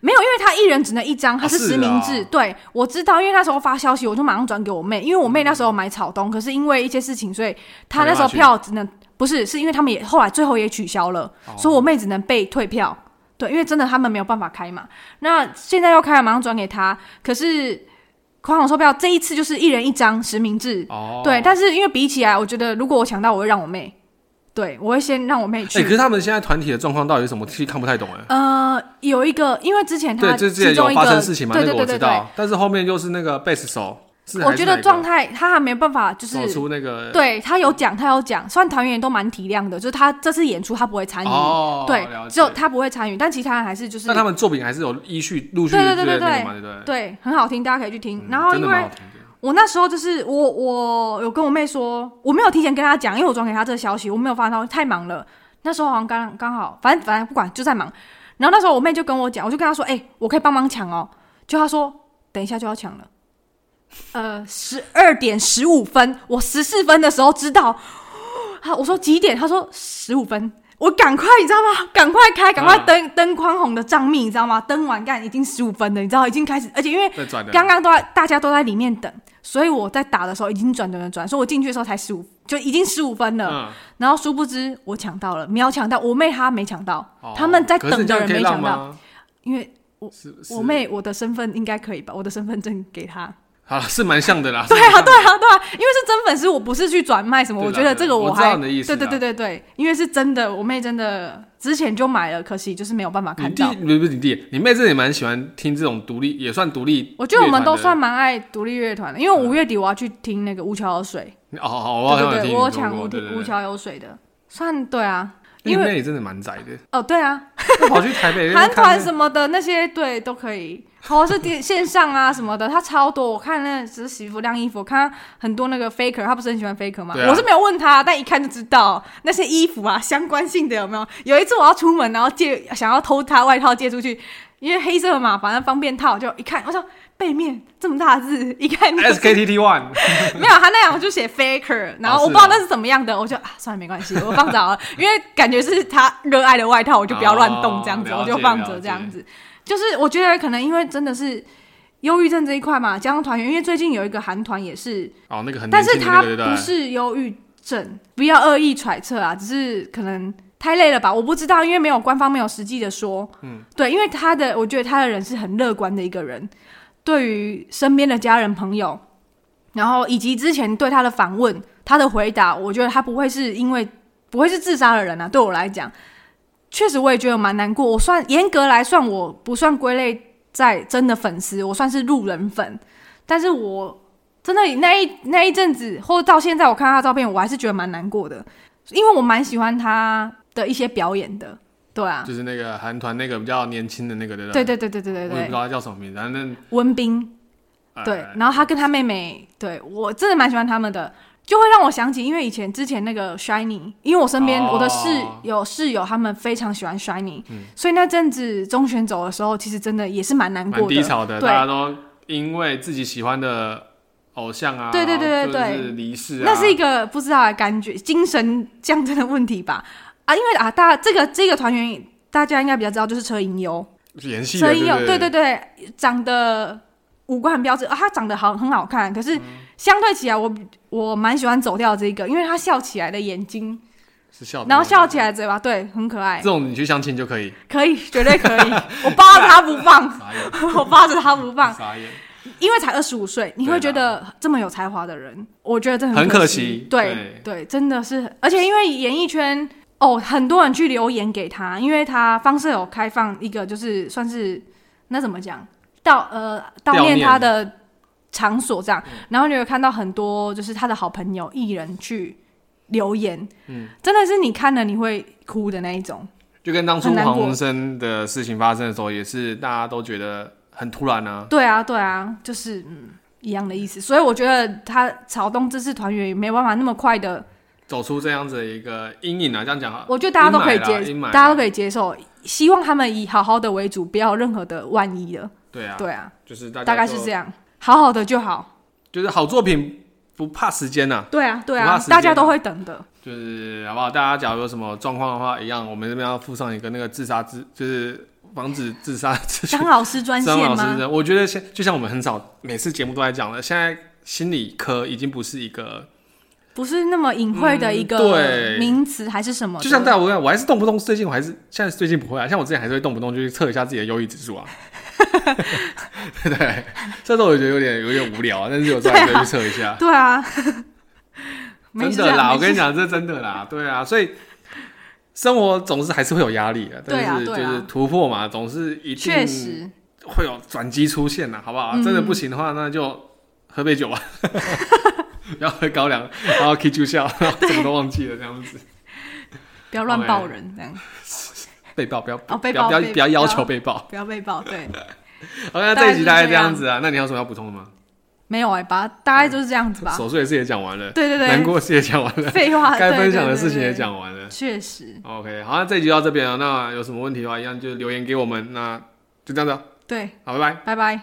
Speaker 2: 没有，因为他一人只能一张，他
Speaker 1: 啊
Speaker 2: 是
Speaker 1: 是
Speaker 2: 实名制，
Speaker 1: 啊
Speaker 2: 对我知道，因为那时候发消息我就马上转给我妹，因为我妹那时候买草东，可是因为一些事情，所以她
Speaker 1: 她没
Speaker 2: 那时
Speaker 1: 办
Speaker 2: 候
Speaker 1: 法去
Speaker 2: 票只能不是是因为他们也后来最后也取消了。
Speaker 1: 哦
Speaker 2: 所以我妹只能被退票。对，因为真的他们没有办法开嘛。那现在要开了，马上转给他。可是宽宏售票这一次就是一人一张实名制，
Speaker 1: 哦，
Speaker 2: 对。但是因为比起来，我觉得如果我抢到，我会让我妹。对，我会先让我妹
Speaker 1: 哎、
Speaker 2: 去。
Speaker 1: 可是他们现在团体的状况到底是什么？其实看不太懂哎、
Speaker 2: 呃，有一个，因为之前
Speaker 1: 对，
Speaker 2: 他
Speaker 1: 这之前
Speaker 2: 其
Speaker 1: 有
Speaker 2: 中一
Speaker 1: 发生
Speaker 2: 个
Speaker 1: 事情嘛？
Speaker 2: 对对
Speaker 1: 那个我
Speaker 2: 对
Speaker 1: 知
Speaker 2: 对
Speaker 1: 道，
Speaker 2: 对，
Speaker 1: 但是后面又是那个贝斯手，是哦
Speaker 2: 我觉得状
Speaker 1: 态
Speaker 2: 态他还没办法，就是
Speaker 1: 走出呃那个
Speaker 2: 对他有讲，他有讲，虽然团员都蛮体谅的，就是他这次演出他不会参与，
Speaker 1: 哦，
Speaker 2: 对
Speaker 1: 了，解
Speaker 2: 只有他不会参与，但其他人还是就是
Speaker 1: 那他们作品还是有依序陆续
Speaker 2: 对对对
Speaker 1: 之类的那
Speaker 2: 对
Speaker 1: 个嘛，对不对？
Speaker 2: 对很好听，大家可以去听。
Speaker 1: 嗯
Speaker 2: 然后
Speaker 1: 真
Speaker 2: 因
Speaker 1: 的蛮
Speaker 2: 为
Speaker 1: 好听的，
Speaker 2: 我那时候就是我我有跟我妹说，我没有提前跟她讲，因为我转给她这个消息，我没有发现到太忙了。那时候好像刚刚好，反正反正不管就在忙。然后那时候我妹就跟我讲，我就跟她说，哎、我可以帮忙抢哦。就她说等一下就要抢了，呃，十二点十五分，我十四分的时候知道。啊，我说几点？她说十五分。我赶快，你知道吗？赶快开，赶快
Speaker 1: 嗯
Speaker 2: 登灯宽红的账密，你知道吗？登完干已经十五分了，你知道，已经开始，而且因为
Speaker 1: 在转的
Speaker 2: 刚刚都在大家都在里面等，所以我在打的时候已经转转转转，所以我进去的时候才十五，就已经十五分了。
Speaker 1: 嗯，
Speaker 2: 然后殊不知我抢到了，喵抢到，我妹她没抢到，
Speaker 1: 哦
Speaker 2: 他们在
Speaker 1: 可是
Speaker 2: 等
Speaker 1: 这样
Speaker 2: 的人
Speaker 1: 可以
Speaker 2: 没
Speaker 1: 让
Speaker 2: 抢到，
Speaker 1: 吗？
Speaker 2: 因为
Speaker 1: 是
Speaker 2: 我妹我的身份应该可以吧，我的身份证给她。
Speaker 1: 啊，是蛮像的啦。
Speaker 2: 对
Speaker 1: 是蛮
Speaker 2: 啊，
Speaker 1: 像的
Speaker 2: 对啊，对啊，因为是真粉丝，我不是去转卖什么，
Speaker 1: 对啦
Speaker 2: 觉得这个
Speaker 1: 对啦我知道
Speaker 2: 还
Speaker 1: 你的意思
Speaker 2: 对对
Speaker 1: 啦
Speaker 2: 对对对，因为是真的，我妹真的之前就买了，可惜就是没有办法啊看
Speaker 1: 你弟
Speaker 2: 到。
Speaker 1: 不是不是你弟，你妹这也蛮喜欢听这种独立，也算独立乐团的。
Speaker 2: 我觉得我们都算蛮爱独立乐团的，因为五月底我要去听那个吴桥有水，
Speaker 1: 哦，好，我好像
Speaker 2: 对
Speaker 1: 有
Speaker 2: 对
Speaker 1: 听
Speaker 2: 对，
Speaker 1: 你
Speaker 2: 我
Speaker 1: 说
Speaker 2: 有抢
Speaker 1: 过
Speaker 2: 无
Speaker 1: 对
Speaker 2: 敌
Speaker 1: 对对
Speaker 2: 无桥有水的，算对啊，
Speaker 1: 你
Speaker 2: 因为
Speaker 1: 妹也真的蛮宅的，
Speaker 2: 哦对啊，
Speaker 1: 她跑去台北
Speaker 2: 韩团
Speaker 1: 么
Speaker 2: 什么的那些对都可以，或者是电 线上啊什么的，他超多。我看那只是洗衣服晾衣服，我看他很多那个 faker，他不是很喜欢 faker 吗？
Speaker 1: 对啊
Speaker 2: 我是没有问他，但一看就知道那些衣服啊相关性的有没有。有一次我要出门，然后借想要偷他外套借出去，因为黑色嘛，反正方便套，就一看我说背面这么大字，一看就是
Speaker 1: SKTT One，
Speaker 2: 没有，他那样我就写 faker，然后我不知道那是怎么样的，我就啊，算了，没关系，我放着好了，因为感觉是他热爱的外套，我就不要乱动这样子，
Speaker 1: 哦
Speaker 2: 我就放着这样子。就是我觉得可能因为真的是忧郁症这一块嘛，加上团员，因为最近有一个韩团也是，
Speaker 1: 哦，那个很
Speaker 2: 但
Speaker 1: 年
Speaker 2: 是
Speaker 1: 轻的
Speaker 2: 他
Speaker 1: 那个，对
Speaker 2: 不
Speaker 1: 对对？
Speaker 2: 是忧郁症，不要恶意揣测啊，只是可能。太累了吧？我不知道，因为没有官方没有实际的说。嗯，对，因为他的，我觉得他的人是很乐观的一个人，对于身边的家人朋友，然后以及之前对他的访问，他的回答，我觉得他不会是因为不会是自杀的人啊。对我来讲，确实我也觉得蛮难过。我算严格来算，我不算归类在真的粉丝，我算是路人粉。但是我真的那一那一阵子，或者到现在，我看他的照片，我还是觉得蛮难过的，因为我蛮喜欢他的一些表演的。对啊，
Speaker 1: 就是那个韩团那个比较年轻的那个，对不
Speaker 2: 对
Speaker 1: 对？
Speaker 2: 对对对对对
Speaker 1: 我也不
Speaker 2: 对
Speaker 1: 知，道他叫什么名字，反正
Speaker 2: 文斌。
Speaker 1: 呃
Speaker 2: 对，然后他跟他妹妹，对我真的蛮喜欢他们的，就会让我想起，因为以前之前那个 Shiny，因为我身边
Speaker 1: 哦嗯
Speaker 2: 我的室友、室友他们非常喜欢 Shiny，、所以那阵子中选走的时候，其实真的也是蛮难
Speaker 1: 蛮
Speaker 2: 过
Speaker 1: 低
Speaker 2: 的。
Speaker 1: 潮的，
Speaker 2: 对
Speaker 1: 大家都因为自己喜欢的偶像啊，
Speaker 2: 对对对对对
Speaker 1: 就是离世啊，
Speaker 2: 那是一个不知道的感觉，精神降真的问题吧？啊，因为啊，大这个这个团员大家应该比较知道，就是车银优，
Speaker 1: 演戏的，
Speaker 2: 车银优，
Speaker 1: 对
Speaker 2: 对对对，长得五官很标致啊，他长得好很好看，可是
Speaker 1: 嗯
Speaker 2: 相对起来我，我蛮喜欢走掉这个，因为他笑起来的眼睛，
Speaker 1: 是笑的那种，
Speaker 2: 然后笑起来的嘴巴，对，很可爱
Speaker 1: 这，种你去相亲就可以，
Speaker 2: 可以，绝对可 以，我扒着他不放，
Speaker 1: 傻眼，
Speaker 2: 我扒着他不放，
Speaker 1: 傻眼，
Speaker 2: 因为才二十五岁，你会觉得这么有才华的人，我觉得真的
Speaker 1: 很
Speaker 2: 可
Speaker 1: 可
Speaker 2: 惜
Speaker 1: 惜，
Speaker 2: 对对，真的是，而且因为演艺圈。哦，很多人去留言给他，因为他方社有开放一个，就是算是那怎么讲，悼呃悼
Speaker 1: 悼
Speaker 2: 念
Speaker 1: 念
Speaker 2: 他的场所这样，然后你会看到很多就是他的好朋友艺人去留言，嗯，真的是你看了你会哭的那一种，
Speaker 1: 就跟当初
Speaker 2: 很难过
Speaker 1: 黄鸿升的事情发生的时候，也是大家都觉得很突然啊，
Speaker 2: 对啊，对啊，就是嗯一样的意思。所以我觉得他草东这次团员也没有办法那么快的，
Speaker 1: 走出这样子的一个阴影啊，这样讲好，
Speaker 2: 我觉得大家都可以
Speaker 1: 阴
Speaker 2: 接，
Speaker 1: 霾啦
Speaker 2: 大家都可以接受。希望他们以好好的为主，不要有任何的万一了。
Speaker 1: 对啊，
Speaker 2: 对啊，
Speaker 1: 就是大家
Speaker 2: 大概是
Speaker 1: 就
Speaker 2: 这，样，好好的就好。
Speaker 1: 就是好作品不怕时间呐、啊，
Speaker 2: 对啊，对
Speaker 1: 不怕
Speaker 2: 啊
Speaker 1: 时，间
Speaker 2: 大家都会等的。
Speaker 1: 就是好不好？大家假如有什么状况的话，一样，我们这边要附上一个那个自杀自，就是防止自杀 资讯
Speaker 2: 张。老师专线
Speaker 1: 张老
Speaker 2: 吗？
Speaker 1: 师，我觉得现就像我们很少每次节目都在讲了，现在心理科已经不是一个
Speaker 2: 不是那么隐晦的一
Speaker 1: 嗯
Speaker 2: 个
Speaker 1: 对
Speaker 2: 名词还是什么的？
Speaker 1: 就像大家我讲，我还是动不动最近我还是现在最近不会啊，像我之前还是会动不动就去测一下自己的忧郁指 数啊。对，这时候我觉得有点有点无聊啊，但是有时候还是会去测一下。
Speaker 2: 对啊，没
Speaker 1: 真
Speaker 2: 事
Speaker 1: 的
Speaker 2: 啊
Speaker 1: 啦，我
Speaker 2: 没事
Speaker 1: 跟你讲，这真的啦，对啊，所以生活总是还是会有压力的，
Speaker 2: 对啊
Speaker 1: 但是就
Speaker 2: 对啊
Speaker 1: 是突破嘛，总是一定
Speaker 2: 确实，
Speaker 1: 会有转机出现啊的，好不好？
Speaker 2: 嗯
Speaker 1: 真的不行的话，那就喝杯 酒吧，不要喝高粱，然后 K 住笑，然后什么都忘记了，这样 子
Speaker 2: 不要乱抱人
Speaker 1: 哦哎
Speaker 2: 这样，
Speaker 1: 被爆，不要
Speaker 2: 哦
Speaker 1: 不
Speaker 2: 被
Speaker 1: 要
Speaker 2: 抱
Speaker 1: 不要
Speaker 2: 被
Speaker 1: 不要要求被爆。
Speaker 2: 不要被抱，对，
Speaker 1: 好，那这一集大概这样子啊，那你还有什么要补充的吗？
Speaker 2: 没有哎、吧，大概就是这样子吧。
Speaker 1: 琐碎的事也讲完了，
Speaker 2: 对对对
Speaker 1: 哎难过的事也讲完了，
Speaker 2: 废话，
Speaker 1: 该
Speaker 2: 对
Speaker 1: 分享的
Speaker 2: 对
Speaker 1: 事情
Speaker 2: 对
Speaker 1: 也
Speaker 2: 对
Speaker 1: 讲完了。
Speaker 2: 确实，
Speaker 1: OK，好，那这一集就到这边了。那有什么问题的话，一样就留言给我们。那就这样子啊，
Speaker 2: 对，
Speaker 1: 好，拜拜。
Speaker 2: 拜拜。